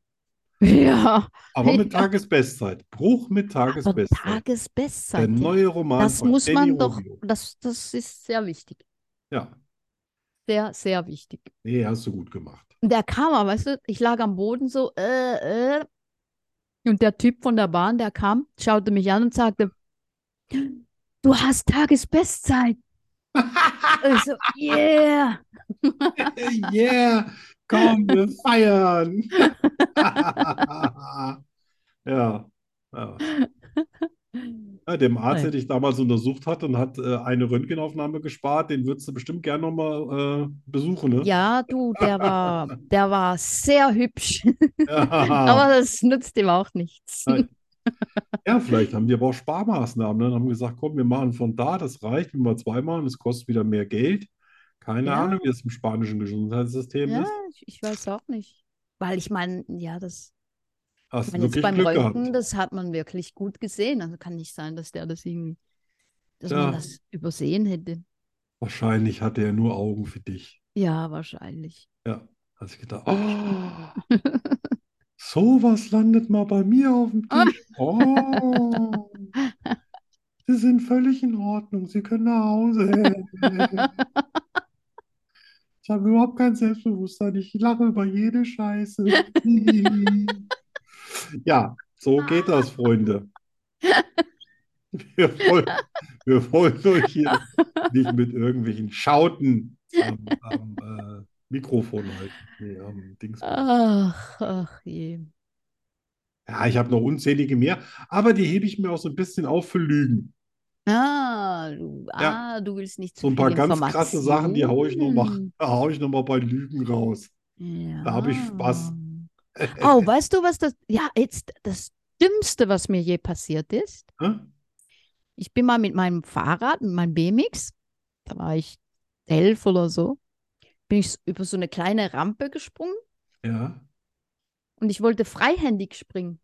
Ja, Aber mit Ja. Tagesbestzeit. Bruch mit aber Tagesbestzeit. Der Tagesbestzeit, ja. neue Roman Das von muss Danny man doch, Rubio. das, das ist sehr wichtig, Ja, sehr, sehr wichtig. nee, hast du gut gemacht. Und der kam, aber, weißt du, ich lag am Boden so, äh, äh. Und der Typ von der Bahn, der kam, schaute mich an und sagte, du hast Tagesbestzeit. ich so, yeah. Yeah, komm, wir feiern. Ja, ja. Ja, dem Arzt, Naja. der dich damals untersucht hat und hat äh, eine Röntgenaufnahme gespart, den würdest du bestimmt gern nochmal äh, besuchen, ne? Ja, du, der war, der war sehr hübsch, Ja. aber das nützt ihm auch nichts. Ah. Nein. Ja, vielleicht haben die aber auch Sparmaßnahmen, ne? Und haben gesagt, komm, wir machen von da, das reicht, wenn wir zwei machen, das kostet wieder mehr Geld. Keine Ja. Ahnung, wie das im spanischen Gesundheitssystem Ja, ist. ich, ich weiß auch nicht. Weil ich meine, ja, das, ich Hast meine, jetzt wirklich beim Glück Röntgen, gehabt. das hat man wirklich gut gesehen. Also kann nicht sein, dass der das irgendwie, dass Ja. man das übersehen hätte. Wahrscheinlich hatte er nur Augen für dich. Ja, wahrscheinlich. Ja, hast ich gedacht, oh, sowas landet mal bei mir auf dem Tisch. Oh, Sie sind völlig in Ordnung, Sie können nach Hause. Ich habe überhaupt kein Selbstbewusstsein, ich lache über jede Scheiße. Ja, so geht das, Freunde. Wir wollen, wir wollen euch hier nicht mit irgendwelchen Schauten am, am äh, Mikrofon halten. Nee, am Dings. Ach, ach je. Ja, ich habe noch unzählige mehr, aber die hebe ich mir auch so ein bisschen auf für Lügen. Ah, du, Ja. ah, du willst nicht zu So ein paar viel ganz krasse Sachen, die haue ich noch mal, Informationen. da haue ich noch mal bei Lügen raus. Da hab ich Spaß. Ja. Oh, weißt du, was das, ja, jetzt das Dümmste, was mir je passiert ist? Hä? Ich bin mal mit meinem Fahrrad, mit meinem BMX, da war ich elf oder so, bin ich so- über so eine kleine Rampe gesprungen Ja. und ich wollte freihändig springen.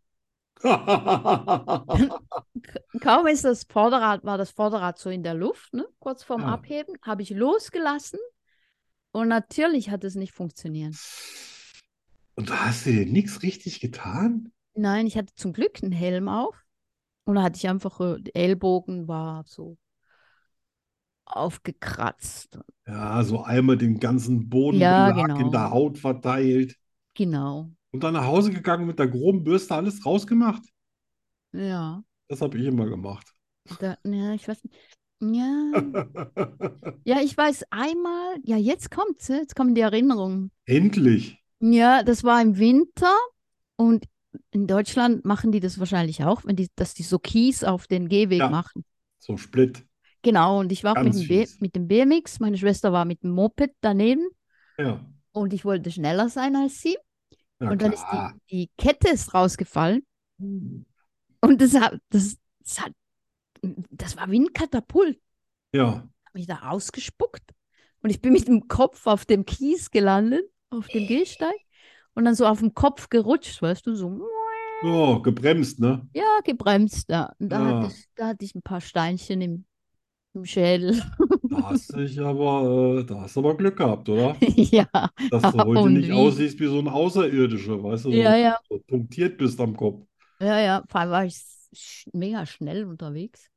K- Kaum ist das Vorderrad, war das Vorderrad so in der Luft, ne? kurz vorm Ja. Abheben, habe ich losgelassen und natürlich hat es nicht funktioniert. Und da hast du dir nichts richtig getan? Nein, ich hatte zum Glück ne, einen Helm auf und da hatte ich einfach, äh, der Ellbogen war so aufgekratzt. Ja, so einmal den ganzen Ja, Bodenbelag in genau. der Haut verteilt Genau, und dann nach Hause gegangen mit der groben Bürste alles rausgemacht. ja. Das habe ich immer gemacht. Da, ja, ich weiß nicht. Ja, ja, ich weiß einmal, ja, jetzt kommt's, ne? jetzt kommen die Erinnerungen. Endlich. Ja, das war im Winter und in Deutschland machen die das wahrscheinlich auch, wenn die, dass die so Kies auf den Gehweg Ja. machen. So Split. Genau, und ich war auch mit Ganz dem, B, fies. mit dem BMX, meine Schwester war mit dem Moped daneben Ja, und ich wollte schneller sein als sie. na Und dann ist klar. die, die Kette ist rausgefallen und das hat, das, das hat, das war wie ein Katapult. Ja, mich da rausgespuckt und ich bin mit dem Kopf auf dem Kies gelandet, auf dem Gehsteig und dann so auf dem Kopf gerutscht, weißt du, so, so gebremst, ne? ja, gebremst da. Und da, Ja. hatte ich, da hatte ich ein paar Steinchen im, im Schädel. Da hast du dich aber, äh, da hast du aber Glück gehabt, oder? ja, Dass du heute Und nicht wie? aussiehst wie so ein Außerirdischer, weißt du, so, ja, ja, so punktiert bist am Kopf. ja, ja. Vor allem war ich sch- mega schnell unterwegs.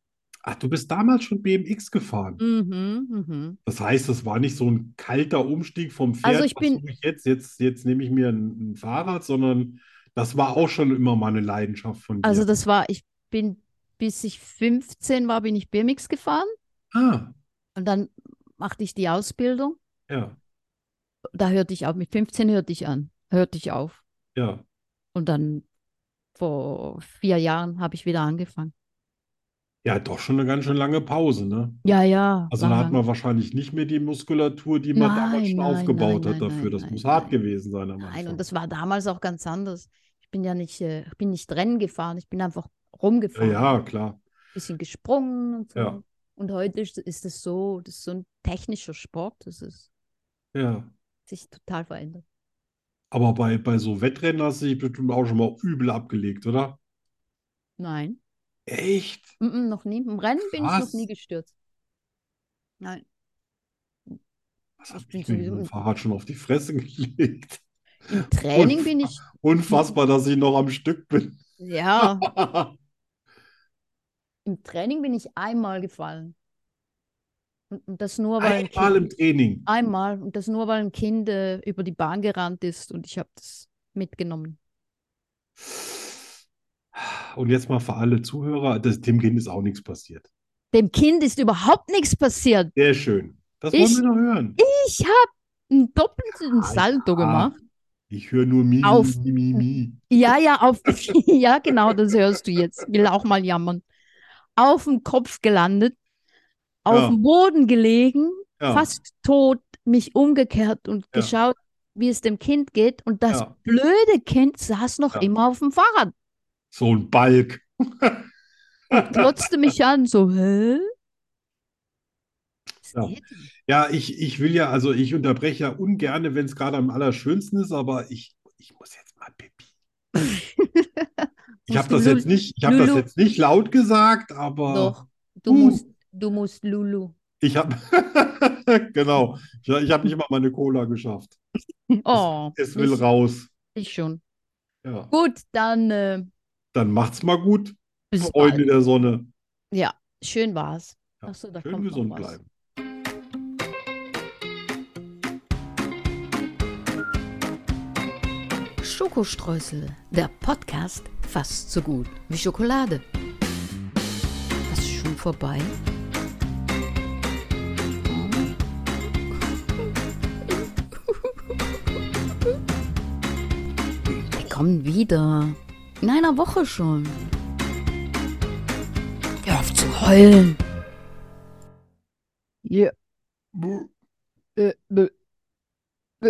Ach, Ah, du bist damals schon BMX gefahren. Mhm, mhm. Das heißt, es war nicht so ein kalter Umstieg vom Pferd, Also ich was bin- suche ich jetzt, jetzt, jetzt nehme ich mir ein, ein Fahrrad, sondern das war auch schon immer mal eine Leidenschaft von Also dir. das war, ich bin, bis ich 15 war, bin ich BMX gefahren Ah, und dann machte ich die Ausbildung. ja, Da hörte ich auf, mit 15 hörte ich an, hörte ich auf. ja. Und dann vor vier Jahren habe ich wieder angefangen. Ja, doch schon eine ganz schön lange Pause, ne? Ja, ja. Also da war hat man wahrscheinlich nicht mehr die Muskulatur, die man damals Nein, schon nein, aufgebaut nein, hat nein, dafür. nein, Das nein, muss hart nein. gewesen sein am Nein, Anfang. und das war damals auch ganz anders. Ich bin ja nicht, äh, ich bin nicht Rennen gefahren, ich bin einfach Ja, rumgefahren, ja, klar. bisschen gesprungen und so. Ja. Und heute ist, ist es so, das ist so ein technischer Sport, das ist Ja. sich total verändert. Aber bei, bei so Wettrennen hast du dich bestimmt auch schon mal übel abgelegt, oder? Nein, Echt? mm, mm, noch nie. Im Rennen bin ich noch Krass. nie gestürzt. Nein. Was hab Ich bin ich mir mit sowieso dem ein- Fahrrad schon auf die Fresse gelegt? Im Training bin ich, Unfassbar, dass ich noch am Stück bin. ja, im Training bin ich einmal gefallen. Und, und das nur, weil ein Einmal Kind, im Training. einmal, und das nur, weil ein Kind äh, über die Bahn gerannt ist und ich habe das mitgenommen. Und jetzt mal für alle Zuhörer, das, dem Kind ist auch nichts passiert. Dem Kind ist überhaupt nichts passiert. Sehr schön. Das wollen Ich- wir noch hören. Ich habe einen doppelten ah. Salto gemacht. Ich höre nur Mi, Auf- Mi, Mi, Mi. Ja, ja, auf, ja, genau, das hörst du jetzt. Will auch mal jammern. Auf dem Kopf gelandet, auf Ja. dem Boden gelegen, Ja, fast tot, mich umgekehrt und Ja. geschaut, wie es dem Kind geht. Und das Ja. blöde Kind saß noch Ja. immer auf dem Fahrrad, so ein Balk. glotzte mich an, so, hä? Was Ja. geht denn? Ja, ich, ich will ja, also ich unterbreche ja ungerne, wenn es gerade am allerschönsten ist, aber ich, ich muss jetzt mal pipi. Ich Musst habe du das Lul- jetzt nicht, ich habe das Lulu- jetzt nicht laut gesagt, aber Doch, du Uh. musst, du musst Lulu. ich habe, genau, ich, ich habe nicht mal meine Cola geschafft. Oh, Es will ich, raus. ich schon. Ja. Gut, dann äh, Dann macht's mal gut, bis bald. Freunde der Sonne. Schön war's. Ja, Ach so, da schön kommt noch gesund was. bleiben. Schokostreusel, der Podcast fast so gut wie Schokolade. Was ist schon vorbei? Wir kommen wieder. In einer Woche schon. Hör auf zu heulen. Yeah. Äh, b-